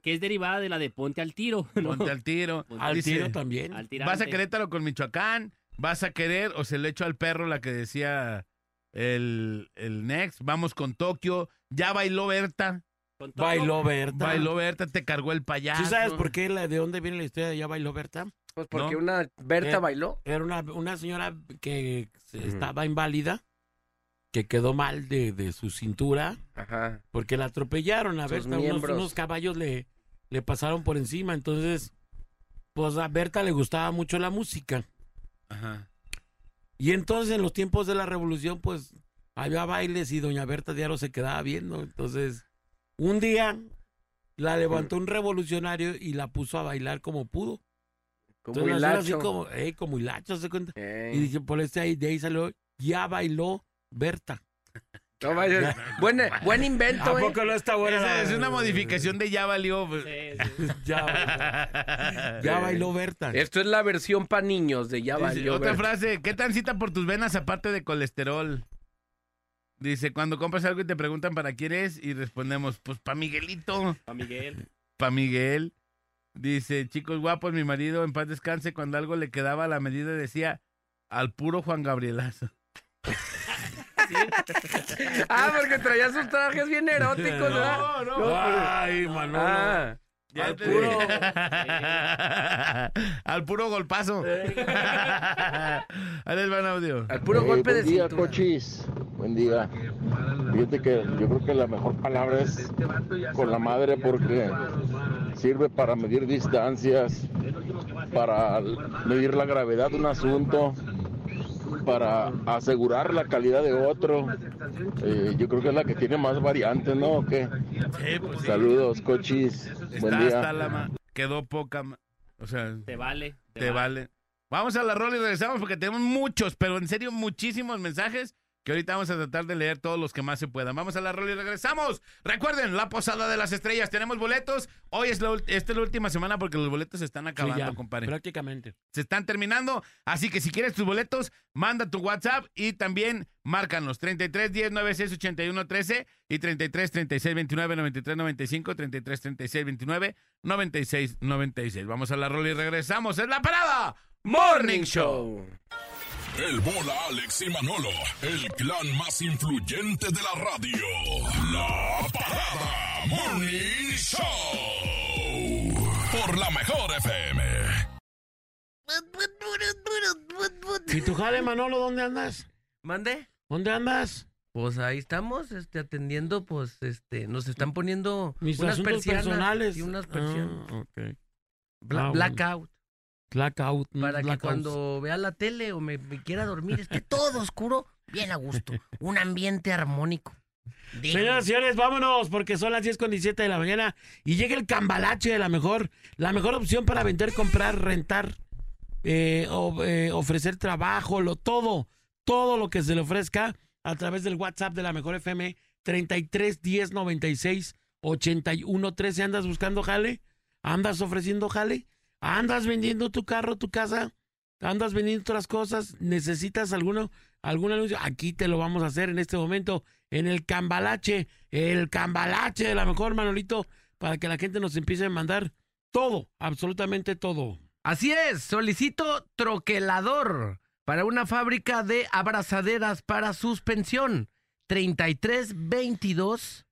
S4: Que es derivada de la de ponte al tiro, ¿no?
S2: Ponte al tiro.
S5: Al
S2: Dice,
S5: tiro también.
S4: Al tirante.
S2: Vas a Querétaro con Michoacán, vas a querer o se le echo al perro la que decía el, el Next, vamos con Tokio, ya bailó Berta,
S4: Con todo.
S5: Bailó Berta.
S2: bailó Berta, te cargó el payaso.
S5: ¿Sí sabes por qué, la, de dónde viene la historia de Ya Bailó Berta?
S3: Pues porque
S2: No.
S3: una Berta
S5: Eh.
S3: bailó.
S5: Era una, una señora que se- estaba inválida, que quedó mal de, de su cintura,
S3: Ajá.
S5: porque la atropellaron a
S3: Sus
S5: Berta. Unos,
S3: miembros.
S5: unos caballos le, le pasaron por encima. Entonces, pues a Berta le gustaba mucho la música.
S2: Ajá.
S5: Y entonces en los tiempos de la revolución, pues había bailes y doña Berta Diaro se quedaba viendo. Entonces, un día la levantó
S3: Mm.
S5: un revolucionario y la puso a bailar como pudo.
S3: Como
S5: Entonces, la señora así
S3: hilacho.
S5: como, eh, como hilacho, ¿se cuenta?
S3: Ey.
S5: Y dije, por este ahí, de ahí salió, ya bailó Berta.
S3: No vayas. Buen, buen invento, eh.
S5: no está
S2: Esa es una modificación de ya valió. pues.
S4: Sí, sí.
S5: Ya, ya bailó Berta.
S3: Esto es la versión para niños de ya
S2: Dice,
S3: valió.
S2: otra
S3: Berta.
S2: frase, ¿qué tan cita por tus venas aparte de colesterol? Dice, cuando compras algo y te preguntan para quién es y respondemos, pues pa' Miguelito.
S4: Pa' Miguel.
S2: pa Miguel. Dice, chicos guapos, mi marido en paz descanse, cuando algo le quedaba a la medida decía, al puro Juan Gabrielazo.
S3: Ah, porque traía sus trajes bien eróticos, ¿verdad? pues,
S2: no.
S5: Ay, Manolo.
S3: Ah.
S2: Ya
S5: al
S2: te
S5: puro.
S2: dije. al puro golpazo. Ahí les va un audio.
S3: Al
S12: Eh,
S3: puro golpe de cintura.
S7: Eh, cochis. Buen día. Fíjate que yo creo que la mejor palabra es con la madre porque sirve para medir distancias, para medir la gravedad de un asunto,
S11: para asegurar la calidad de otro. Eh, yo creo que es la que tiene más variantes, ¿no? ¿O qué? Saludos, cochis. Buen
S2: pues Está
S11: día.
S2: hasta la ma- Quedó poca. ma- O sea,
S4: Te vale.
S2: te, vale. Vamos a la rola y regresamos porque tenemos muchos, pero en serio, muchísimos mensajes que ahorita vamos a tratar de leer todos los que más se puedan. Vamos a la rola y regresamos. Recuerden, la Posada de las Estrellas. Tenemos boletos. Hoy es la, ul- esta es la última semana porque los boletos se están acabando,
S5: ya,
S2: compadre.
S5: Prácticamente.
S2: Se están terminando, así que si quieres tus boletos, manda tu WhatsApp y también márcanos 33 10 96 81 13 y 33 36 29 93 95 33 36 29 96 96. Vamos a la rola y regresamos. Es la parada Morning Show.
S1: El bola Alex y Manolo, el clan más influyente de la radio. La parada Morning Show. Por la mejor FM.
S5: ¿Y tu jale, Manolo, dónde andas?
S3: ¿Mande?
S5: ¿Dónde andas?
S3: Pues ahí estamos, este, atendiendo, pues, este, nos están poniendo
S5: Mis
S3: unas
S5: asuntos
S3: persianas
S5: personales.
S3: y unas
S5: Ah,
S3: persianas.
S5: ok.
S3: Bla-
S5: Ah, bueno.
S3: blackout.
S5: Blackout. mm,
S3: Para que
S5: blackouts.
S3: cuando vea la tele o me, me quiera dormir esté todo oscuro, bien a gusto. Un ambiente armónico. digno.
S5: Señoras y señores, vámonos porque son las 10 con 17 de la mañana y llega el cambalache de la mejor, la mejor opción para vender, comprar, rentar, eh, o- eh, ofrecer trabajo, lo todo, todo lo que se le ofrezca a través del WhatsApp de la mejor FM 33 10 96 81 13. ¿Andas buscando jale? ¿Andas ofreciendo jale? ¿Andas vendiendo tu carro, tu casa? andas vendiendo otras cosas, necesitas alguno, algún anuncio, aquí te lo vamos a hacer en este momento, en el cambalache, el cambalache de la mejor, Manolito, para que la gente nos empiece a mandar todo, absolutamente todo.
S3: Así es, solicito troquelador para una fábrica de abrazaderas para suspensión. 33 22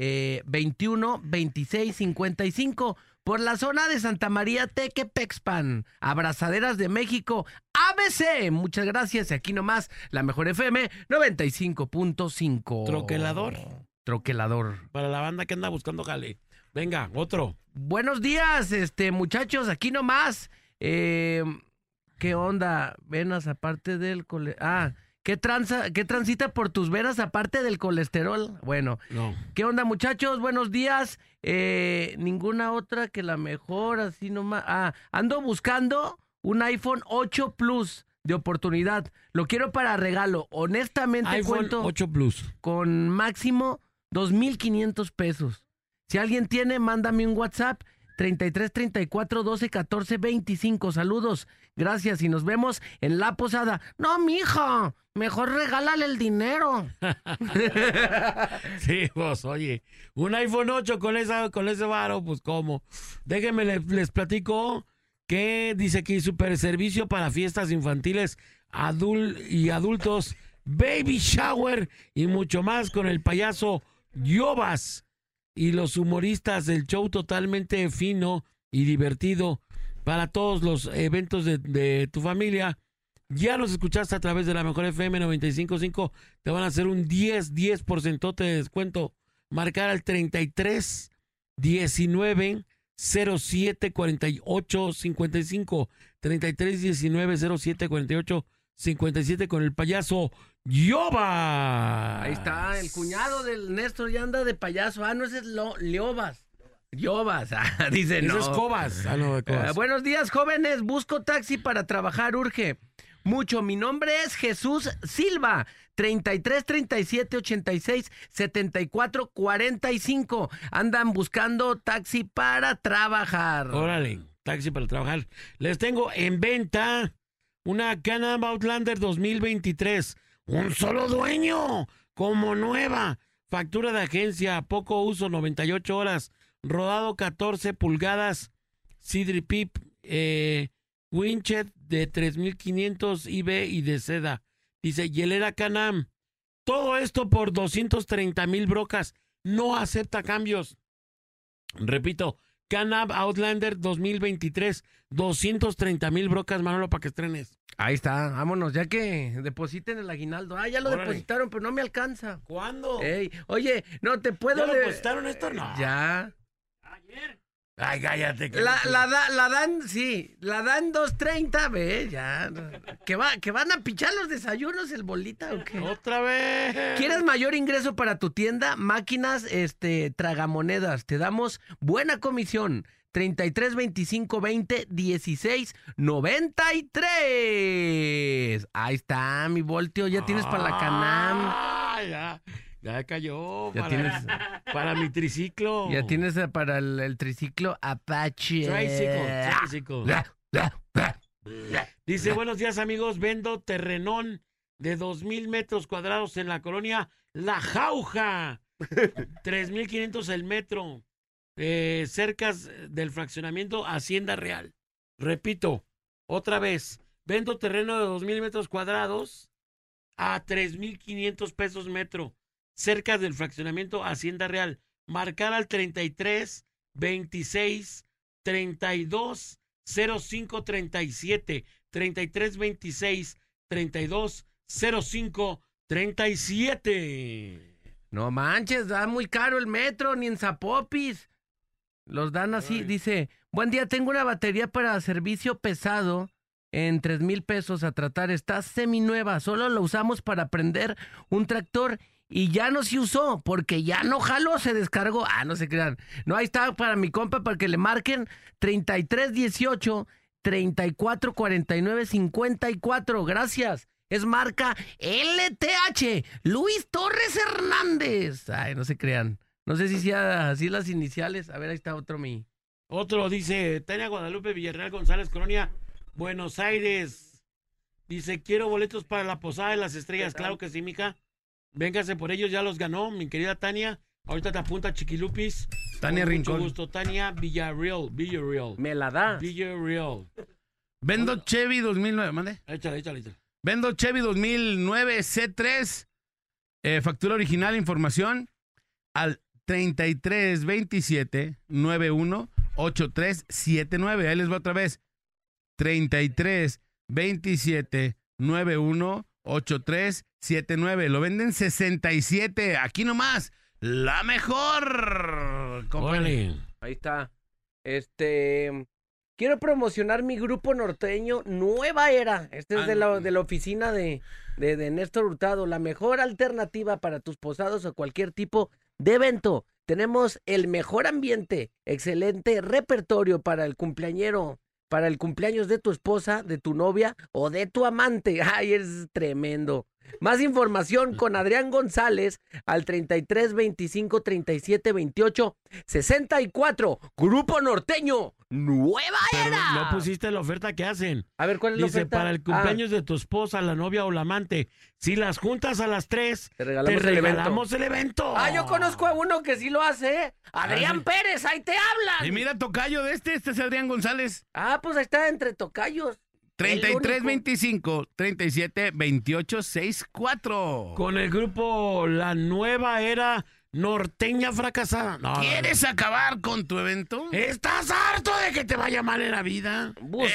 S3: eh, 21 26 55 por la zona de Santa María Tequepexpan. Abrazaderas de México ABC. Muchas gracias. Y Aquí nomás la mejor FM 95.5.
S5: Troquelador.
S3: Troquelador.
S5: Para la banda que anda buscando jale. Venga, otro.
S3: Buenos días, este muchachos, aquí nomás. Eh, ¿Qué onda? Venas aparte del cole... Ah, ¿qué, tranza, ¿qué transita por tus venas aparte del colesterol? Bueno.
S5: No.
S3: ¿Qué onda muchachos? Buenos días. Eh, ninguna otra que la mejor, así nomás. Ah, ando buscando un iPhone 8 Plus de oportunidad. Lo quiero para regalo. Honestamente
S5: iPhone
S3: cuento
S5: 8 Plus.
S3: con máximo 2.500 pesos. Si alguien tiene, mándame un WhatsApp 33 34 12 14 25. Saludos, gracias y nos vemos en la posada. No, mija, mejor regálale el dinero.
S5: Sí, pues, oye, un iPhone 8 con, esa, con ese varo, pues cómo. Déjenme le- les, platico que dice aquí super servicio para fiestas infantiles adul y adultos, baby shower y mucho más con el payaso Yobas y los humoristas del show totalmente fino y divertido para todos los eventos de, de tu familia. Ya los escuchaste a través de la mejor FM 955. Te van a hacer un 10, 10% de descuento. Marcar al 33 19 07 48 55. 33 19 07 48 57 con el payaso Yoba.
S3: Ahí está, el cuñado del Néstor ya anda de payaso. Ah, no, ese es Lo- Leobas. Yobas, ah, dice
S5: Ese
S3: no.
S5: es Cobas. Ah, no, de Cobas.
S3: Eh, buenos días, jóvenes. Busco taxi para trabajar, urge. Mucho. Mi nombre es Jesús Silva. 33 37 86 74 45. Andan buscando taxi para trabajar.
S5: Órale, taxi para trabajar. Les tengo en venta una Can-Am Outlander 2023. Un solo dueño, como nueva. Factura de agencia, poco uso, 98 horas. Rodado 14 pulgadas. Sidri Pip, eh, Winchet de 3500 IB y de seda. Dice, hielera Canam. Todo esto por 230 mil brocas. No acepta cambios. Repito, Canab Outlander 2023, 230 mil brocas, Manolo, para que estrenes.
S3: Ahí está, vámonos, ya que depositen el aguinaldo. Ah, ya lo
S5: Órale.
S3: depositaron, pero no me alcanza. Eh,
S5: ¿Cuándo?
S3: Ey, oye, no te puedo.
S5: ¿Ya lo
S3: de-
S5: depositaron esto? No.
S3: Ya.
S5: Ay, cállate. que-
S3: La, la da- la dan, sí, la dan 2.30, ve, ya. ¿Que, va, ¿Que van a pichar los desayunos el bolita o qué?
S5: Otra vez.
S3: ¿Quieres mayor ingreso para tu tienda? Máquinas, este, tragamonedas. Te damos buena comisión. 33 25 20 16 93. Ahí está, mi voltio. Ya tienes para la canam.
S5: Ah, ya. Ya cayó.
S3: Ya
S5: para,
S3: tienes-
S5: para mi triciclo.
S3: Ya tienes eh, para el, el triciclo Apache.
S5: Tricycle,
S3: Ah.
S5: tricycle. Dice, buenos días amigos, vendo terrenón de 2.000 metros cuadrados en la colonia La Jauja. 3.500 el metro, eh, cerca del fraccionamiento Hacienda Real. Repito, otra vez, vendo terreno de 2.000 metros cuadrados a 3.500 pesos metro, cerca del fraccionamiento Hacienda Real. Marcar al 33 26 32 05 37 33 26 32 05 37.
S3: No manches, da muy caro el metro, ni en Zapopis. Los dan así, dice, buen día, tengo una batería para servicio pesado en tres mil pesos a tratar, está seminueva, solo la usamos para prender un tractor y ya no se usó, porque ya no jaló, se descargó, ah, no se crean. No, ahí está para mi compa, para que le marquen 3318 34 49 54. Gracias. Es marca LTH. Luis Torres Hernández. Ay, no se crean. No sé si sea así las iniciales. A ver, ahí está otro mi.
S5: Otro dice, Tania Guadalupe Villarreal González Colonia, Buenos Aires. Dice, quiero boletos para la Posada de las Estrellas. Claro que sí, mija. Véngase por ellos, ya los ganó, mi querida Tania. Ahorita te apunta Chiquilupis.
S13: Tania
S5: Con
S13: Rincón.
S5: Mucho gusto, Tania Villarreal, Villarreal.
S3: Me la da.
S5: Villarreal.
S2: Vendo Chevy 2009, mande.
S5: Échale, échale, échale.
S2: Vendo Chevy 2009 C3, eh, factura original, información al 33 27 91 83 79. Ahí les va otra vez. 33 27 91 83 79. Lo venden 67. Aquí nomás. La mejor. compadre.
S3: Ahí está. Este. Quiero promocionar mi grupo norteño Nueva Era. Este es de la, de la oficina de, de, de Néstor Hurtado. La mejor alternativa para tus posados o cualquier tipo de evento. Tenemos el mejor ambiente, excelente repertorio para el cumpleañero, para el cumpleaños de tu esposa, de tu novia o de tu amante. Ay, es tremendo. Más información con Adrián González al 33 25 37 28 64. Grupo Norteño, Nueva Era.
S5: No pusiste la oferta que hacen.
S3: A ver, ¿cuál es la
S5: Dice,
S3: oferta? Ah,
S5: para el cumpleaños de tu esposa, la novia o la amante, si las juntas a las tres, te
S3: regalamos el evento.
S5: regalamos el evento.
S3: Ah, yo conozco a uno que sí lo hace. ¿eh? Adrián Pérez, ahí te hablan.
S2: Y mira, tocayo de este, este es Adrián González.
S3: Ah, pues ahí está entre tocayos. El
S2: 33
S3: único.
S2: 25 37 28 64.
S5: Con el grupo La Nueva Era Norteña Fracasada. No, no,
S2: ¿Quieres acabar con tu evento?
S5: ¿Estás harto de que te vaya mal en la vida?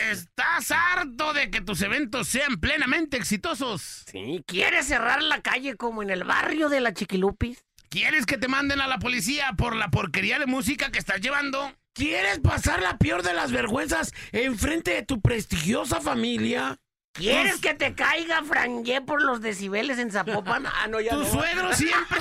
S2: ¿Estás harto de que tus eventos sean plenamente exitosos?
S3: Sí, ¿Quieres cerrar la calle como en el barrio de la Chiquilupis?
S2: ¿Quieres que te manden a la policía por la porquería de música que estás llevando?
S5: ¿Quieres pasar la peor de las vergüenzas enfrente de tu prestigiosa familia?
S3: ¿Quieres que te caiga Frangé por los decibeles en Zapopan? Ah, no, ya
S2: Tu
S3: no.
S2: suegro siempre.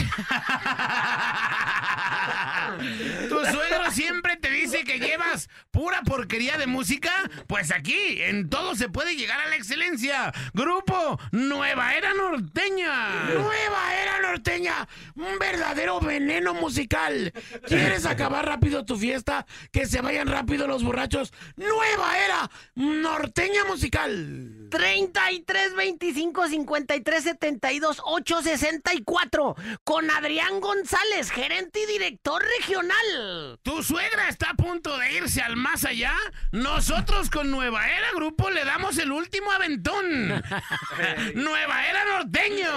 S2: ¿Tu suegro siempre te dice que llevas pura porquería de música? Pues aquí, en todo se puede llegar a la excelencia. Grupo Nueva Era Norteña.
S5: Nueva Era Norteña, un verdadero veneno musical. ¿Quieres acabar rápido tu fiesta? Que se vayan rápido los borrachos. Nueva Era Norteña Musical.
S3: 33 25 53 72 864 con Adrián González, gerente y director regional.
S2: ¿Tu suegra está a punto de irse al más allá? Nosotros con Nueva Era Grupo le damos el último aventón. Nueva Era Norteño.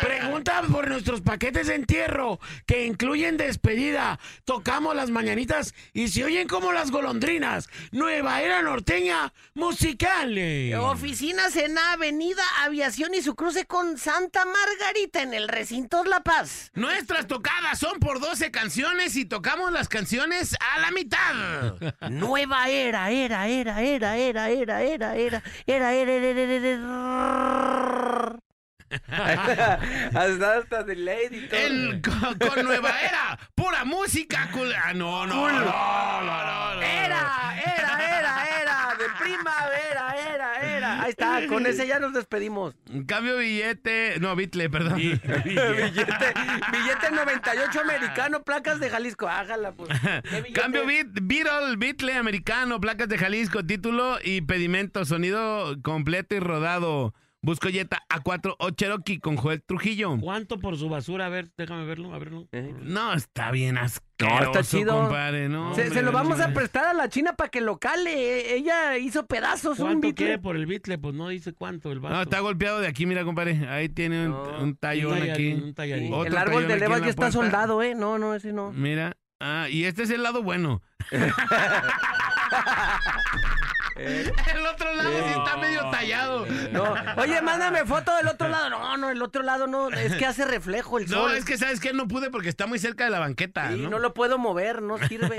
S5: preguntan por nuestros paquetes de entierro que incluyen despedida. Tocamos las mañanitas y se oyen como las golondrinas. Nueva era norteña musical.
S3: Oficinas en Avenida Aviación y su cruce con Santa Margarita en el recinto La Paz.
S2: Nuestras tocadas son por 12 canciones y tocamos las canciones a la mitad.
S3: Nueva era, era, era, era, era, era, era, era, era, era, era, era, era, era.
S14: hasta, hasta de Lady.
S2: El, con, con nueva era, pura música. cul- ah, no, no, no, no, no, no.
S3: Era, era, era, era, de primavera, era, era. Ahí está, con ese ya nos despedimos.
S2: Cambio billete. No, bitle, perdón.
S14: billete,
S3: billete 98 americano, placas de Jalisco. Hágala, pues.
S2: Cambio bit, Beatle, Beatle americano, placas de Jalisco, título y pedimento, sonido completo y rodado. Busco Jetta A4 o Cherokee con Joel Trujillo.
S5: ¿Cuánto por su basura? A ver, déjame verlo, a verlo.
S2: No, está bien
S5: No,
S2: asqueroso,
S5: está chido.
S2: compadre, no,
S3: Se,
S2: hombre,
S3: se lo
S2: no
S3: vamos a
S2: chingues.
S3: prestar a la China para que lo cale. E- Ella hizo pedazos un
S5: ¿Cuánto quiere
S3: bitle.
S5: por el bitle? Pues no dice cuánto el vato.
S2: No, está golpeado de aquí, mira, compadre. Ahí tiene un, un tallón
S5: un
S2: aquí.
S5: tallarín, un tallarín.
S2: Otro
S3: El árbol
S2: tallón
S3: de
S2: aquí en
S3: leva
S2: la
S3: ya está
S2: puerta.
S3: soldado, ¿eh? No, no, ese no.
S2: Mira. Ah, y este es el lado bueno. el otro lado sí está medio tallado.
S3: No. Oye, mándame foto del otro lado. No, no, el otro lado no. Es que hace reflejo el
S2: No,
S3: sol.
S2: es que sabes que no pude porque está muy cerca de la banqueta.
S3: Y
S2: ¿no?
S3: no lo puedo mover, no sirve.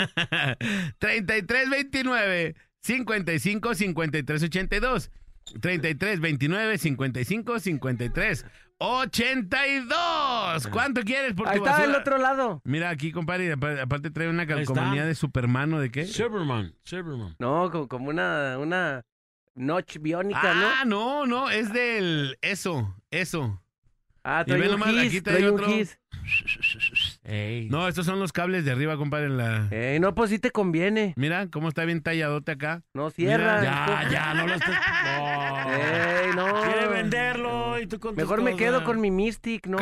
S2: 3329 55 53 82 3329 55 53 82 ¿Cuánto quieres por
S3: Ahí
S2: tu
S3: está,
S2: basura?
S3: el otro lado.
S2: Mira aquí, compadre, y apa- aparte trae una calcomanía
S3: está.
S2: de Superman o de qué?
S5: Superman, Superman.
S3: No, co- como una, una noche biónica, ¿no?
S2: Ah, no, no, es del eso, eso.
S3: Ah,
S2: Y
S3: trae
S2: ve
S3: un
S2: nomás,
S3: gis,
S2: aquí trae
S3: trae un
S2: otro.
S3: gis.
S2: No, estos son los cables de arriba, compadre, en la
S3: no, pues sí te conviene.
S2: Mira cómo está bien talladote acá.
S3: No cierra.
S5: Ya, ya, no lo estés. No.
S3: Ey, no.
S5: Quiere venderlo y tú con tus
S3: eh, Mejor me quedo
S5: cosas.
S3: con mi Mystic, ¿no?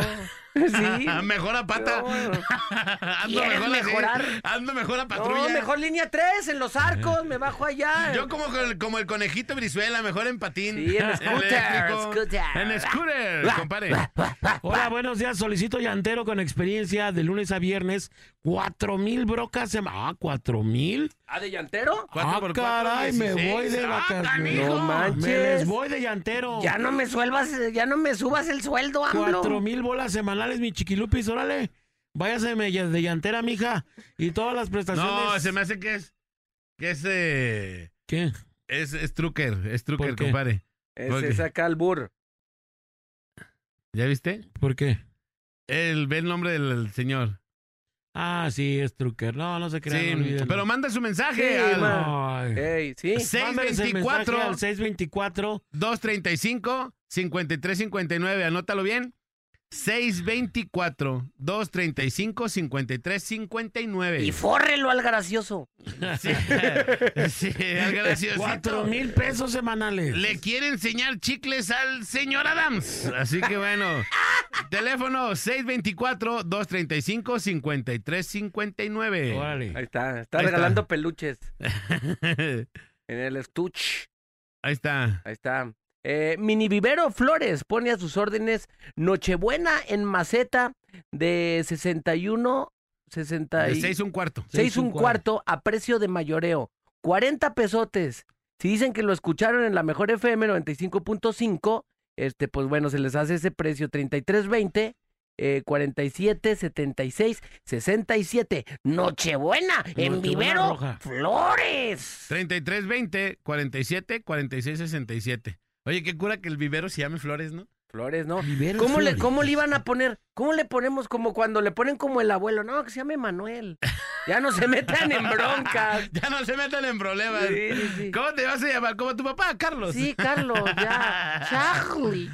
S3: Sí.
S2: mejor a pata. ando
S3: ¿Quieres
S2: mejor así,
S3: mejorar?
S2: Ando mejor a patrulla.
S3: No, mejor línea 3 en los arcos, me bajo allá.
S2: Yo como, con el- como el conejito Brizuela, mejor en patín.
S3: Sí, en
S2: Le
S3: scooter,
S2: explico.
S3: scooter. Ah,
S2: En scooter, compadre.
S5: Hola, buenos días. Solicito llantero con experiencia de lunes a viernes. Cuatro mil brocas. sema- Ah, cuatro mil.
S3: ¿Ah, de llantero?
S5: Ah, caray, me voy de
S2: Ah,
S5: vacaciones.
S3: No manches.
S5: Me les voy de llantero.
S3: Ya no me suelvas, ya no me subas el sueldo, AMLO.
S5: Cuatro mil bolas semanales, mi chiquilupis, órale. Váyase me- de llantera, mija. Y todas las prestaciones.
S2: No, se me hace que es. Que es. eh,
S5: ¿Qué?
S2: Es, es trucker, es trucker,
S5: ¿Por qué?
S2: compadre.
S3: Eh,
S2: Porque-
S3: Se saca el burro.
S2: ¿Ya viste?
S5: ¿Por qué?
S2: El, ve el nombre del del señor.
S5: Ah, sí, es trucker. No, no se crean.
S2: Sí,
S5: olvídenlo.
S2: pero manda su mensaje
S3: Sí,
S2: al
S3: ma.
S5: Ay.
S3: Ey, sí.
S5: Mándense el mensaje
S2: 624
S5: al 624.
S2: 235 5359. Anótalo bien. 624 235 5359.
S3: Y fórrelo al gracioso.
S2: Sí, sí, al graciosito.
S5: Cuatro mil pesos semanales.
S2: Le quiere enseñar chicles al señor Adams. Así que bueno. Teléfono 624-235-5359.
S5: Órale.
S3: Ahí está, está
S2: Ahí está.
S3: regalando peluches en el estuche.
S2: Ahí está.
S3: Ahí está. Eh, Mini Vivero Flores pone a sus órdenes Nochebuena en maceta de 61, 60
S2: De
S3: y-
S2: 6 un cuarto.
S3: seis un cuarto a precio de mayoreo. 40 pesotes. Si dicen que lo escucharon en la mejor FM 95.5, este, pues bueno, se les hace ese precio 33.20. Eh, 47, 76, 67. Nochebuena en
S5: Nochebuena
S3: Vivero
S5: Roja.
S3: Flores.
S2: 33 20 47 46 67. Oye, qué cura que el vivero se llame Flores, ¿no?
S3: Flores, ¿no? ¿Cómo le, ¿Cómo le iban a poner? ¿Cómo le ponemos como cuando le ponen como el abuelo? No, que se llame Manuel. Ya no se metan en broncas.
S2: Ya no se metan en problemas.
S3: Sí, sí, sí.
S2: ¿Cómo te vas a llamar? ¿Como tu papá, Carlos?
S3: Sí, Carlos, ya. Charlie,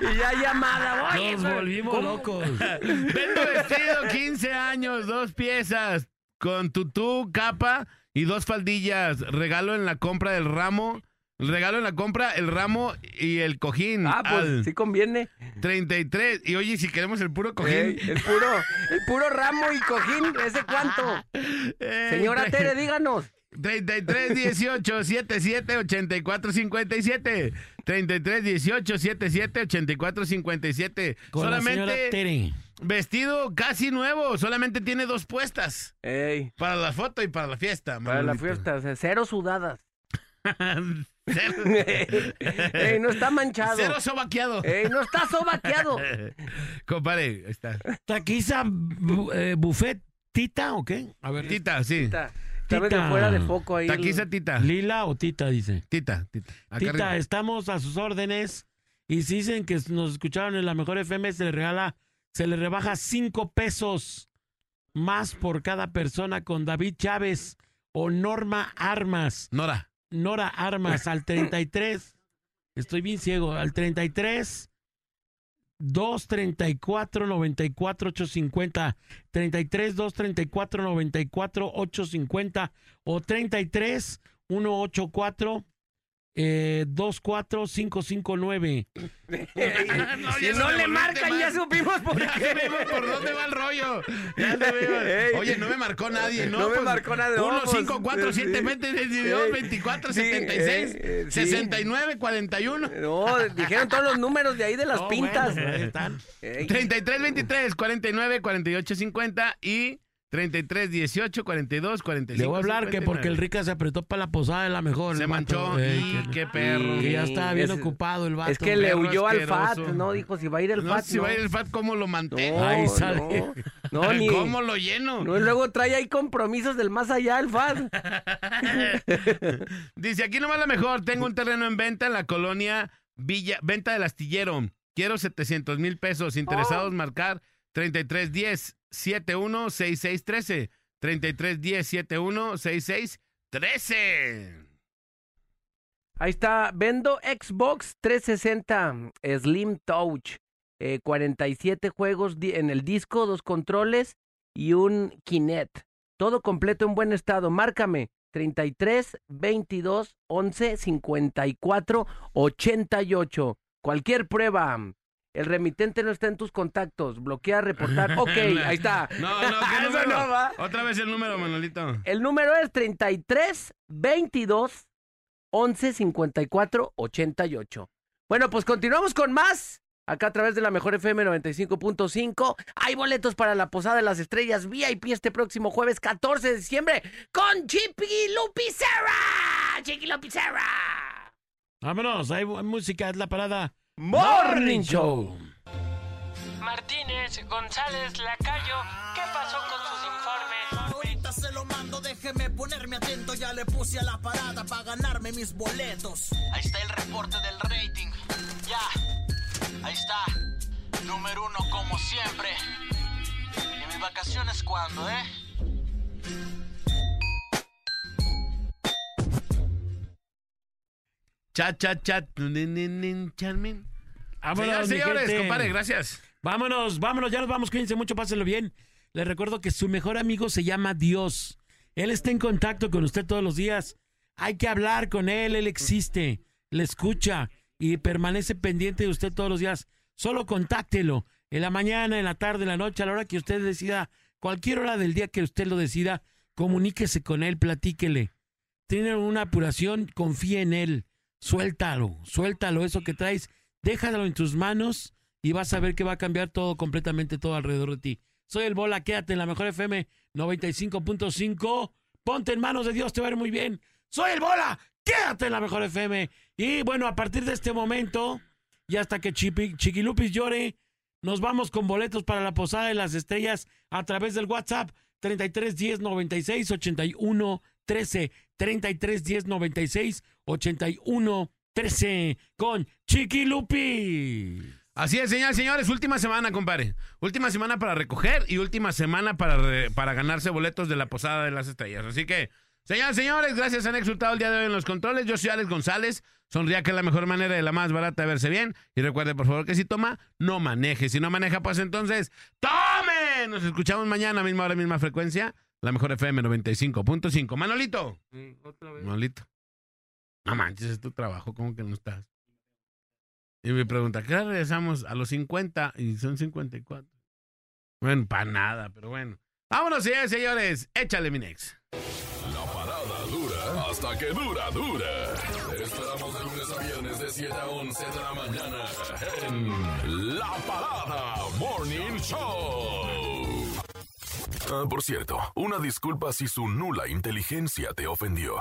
S3: Y ya llamada, oye.
S5: Nos
S3: pero-
S5: volvimos
S3: ¿cómo?
S5: locos.
S2: Vendo vestido, 15 años, dos piezas, con tutú, capa y dos faldillas. Regalo en la compra del ramo El regalo en la compra, el ramo y el cojín.
S3: Ah, pues, sí
S2: conviene. 33. Y oye, si queremos el puro cojín.
S3: Ey, el puro, el puro ramo y cojín, ¿ese cuánto? Señora Tere, díganos.
S2: 33 18 77 84 57 33 18 77 84 57
S5: Con la
S2: solamente
S5: señora Tere.
S2: vestido casi nuevo solamente tiene dos puestas para la foto y para la fiesta
S3: Para la
S2: Manolito.
S3: fiesta, o sea, cero sudadas.
S2: Cero-
S3: Ey, no está manchado.
S2: Cero sobaqueado.
S3: Ey, no está sobaqueado.
S2: Compare, ahí está.
S5: ¿Taquiza bu- eh, buffet tita o qué?
S2: A ver. Tita, sí.
S3: Tita. Tal vez de fuera de foco ahí.
S2: Taquiza Tita.
S5: Lila o Tita, dice.
S2: Tita, Tita. Ah. Acá
S5: tita,
S2: arriba.
S5: estamos a sus órdenes. Y si dicen que nos escucharon en la mejor FM, se le regala, se le rebaja cinco pesos más por cada persona con David Chávez o Norma Armas.
S2: Nora.
S5: Nora Armas al 33. Estoy bien ciego. Al 33. 234 94 850 33 234 94 850 o 33 184 eh, 24 559
S2: No,
S3: si
S2: ya
S3: no
S2: se
S3: le
S2: volviste
S3: marcan,
S2: mal.
S3: ya supimos por
S2: Ya
S3: qué.
S2: supimos por dónde va el rollo. Ya supimos.
S3: Ey.
S2: Oye, no me marcó nadie, ¿no?
S3: No me
S2: Pues,
S3: marcó nadie, no,
S2: 1,
S3: pues,
S2: 5, 4, 7,
S3: sí.
S2: 20, 22,
S3: Ey.
S2: 24,
S3: Sí,
S2: 76,
S3: eh, eh, sí.
S2: 69, 41.
S3: No, dijeron todos los números de ahí de las
S2: No,
S3: pintas.
S2: bueno, eh. ahí están.
S3: Ey.
S2: 33, 23, 49, 48, 50 y 33, 18, 42, 45.
S5: Le voy a hablar que porque el Rica se apretó para la posada de la mejor.
S2: Se
S5: el vato.
S2: manchó.
S5: Ey,
S2: Y
S5: que-
S2: qué perro.
S5: que ya estaba bien
S3: Es-
S5: ocupado el vato.
S3: Es que le
S2: perro
S3: huyó al FAT,
S2: asqueroso.
S3: ¿no? Dijo, si va a ir el
S2: No,
S3: FAT.
S2: si va a ir el FAT, ¿cómo lo mantengo?
S3: No,
S5: Ahí sale.
S3: no. No, ni-
S2: ¿Cómo lo lleno?
S3: No, y luego trae ahí compromisos del más allá el FAD.
S2: Dice, aquí nomás la mejor. Tengo un terreno en venta en la colonia Villa, venta del astillero. Quiero 700 mil pesos.
S3: Oh.
S2: Interesados, marcar 3310 716613. 3310 716613.
S3: Ahí está, vendo Xbox 360 Slim Touch, eh, 47 juegos di- en el disco, dos controles y un Kinect. Todo completo en buen estado. Márcame 33 22 11 54 88. Cualquier prueba. El remitente no está en tus contactos. Bloquea, reportar. Ok, ahí está. Ah,
S2: No, no, ¿qué
S3: Eso
S2: número?
S3: no va.
S2: Otra vez el número, Manolito.
S3: El número es 33 22 11 54 88. Bueno, pues continuamos con más. Acá a través de la mejor FM 95.5 hay boletos para la Posada de las Estrellas VIP este próximo jueves 14 de diciembre con Chiqui Lupicera. Chiqui Lupicera.
S5: Vámonos, hay bu- música, es la parada.
S3: Morning Show.
S15: Martínez, González, Lacayo, ¿qué pasó con sus informes?
S1: Ahorita se lo mando, déjeme ponerme atento. Ya le puse a la parada para ganarme mis boletos. Ahí está el reporte del rating. Ya, ahí está. Número uno, como siempre. ¿Y mis vacaciones cuándo, eh?
S2: Chat, chat, chat. Ni, ni, ni, Charmin. Señoras,
S5: mi
S2: señores,
S5: gente.
S2: compadre, gracias.
S5: Vámonos, vámonos, ya nos vamos, cuídense mucho, pásenlo bien. Les recuerdo que su mejor amigo se llama Dios. Él está en contacto con usted todos los días. Hay que hablar con él, él existe, le escucha y permanece pendiente de usted todos los días. Solo contáctelo en la mañana, en la tarde, en la noche, a la hora que usted decida, cualquier hora del día que usted lo decida, comuníquese con él, platíquele. Tiene una apuración, confía en él. Suéltalo, suéltalo eso que traes, déjalo en tus manos y vas a ver que va a cambiar todo, completamente todo alrededor de ti. Soy el Bola, quédate en la mejor FM 95.5. Ponte en manos de Dios, te va a ir muy bien. Soy el Bola, quédate en la mejor FM. Y bueno, a partir de este momento y hasta que Chipi- Chiquilupis llore, nos vamos con boletos para la Posada de las Estrellas a través del WhatsApp 33 10 96 81 13 33 10 96 81 13 con Chiquilupi.
S2: Así es, señores, señores, última semana, compadre. Última semana para recoger y última semana para, re- para ganarse boletos de la Posada de las Estrellas. Así que, señores, señores, gracias, han exultado el día de hoy en los controles. Yo soy Alex González. Sonría que es la mejor manera y la más barata de verse bien. Y recuerde, por favor, que si toma, no maneje. Si no maneja, pues entonces, ¡tome! Nos escuchamos mañana, misma hora, misma frecuencia. La mejor FM 95.5. Manolito. Manolito. No manches, es tu trabajo, ¿cómo que no estás? Y me pregunta, ¿qué hora regresamos? A los 50 y son 54. Bueno, para nada, pero bueno. Vámonos, señores, señores. Échale, mi next.
S6: La parada dura hasta que dura, dura. Te Esperamos de lunes a viernes de 7 a 11 de la mañana en La Parada Morning Show. Ah, por cierto, una disculpa si su nula inteligencia te ofendió.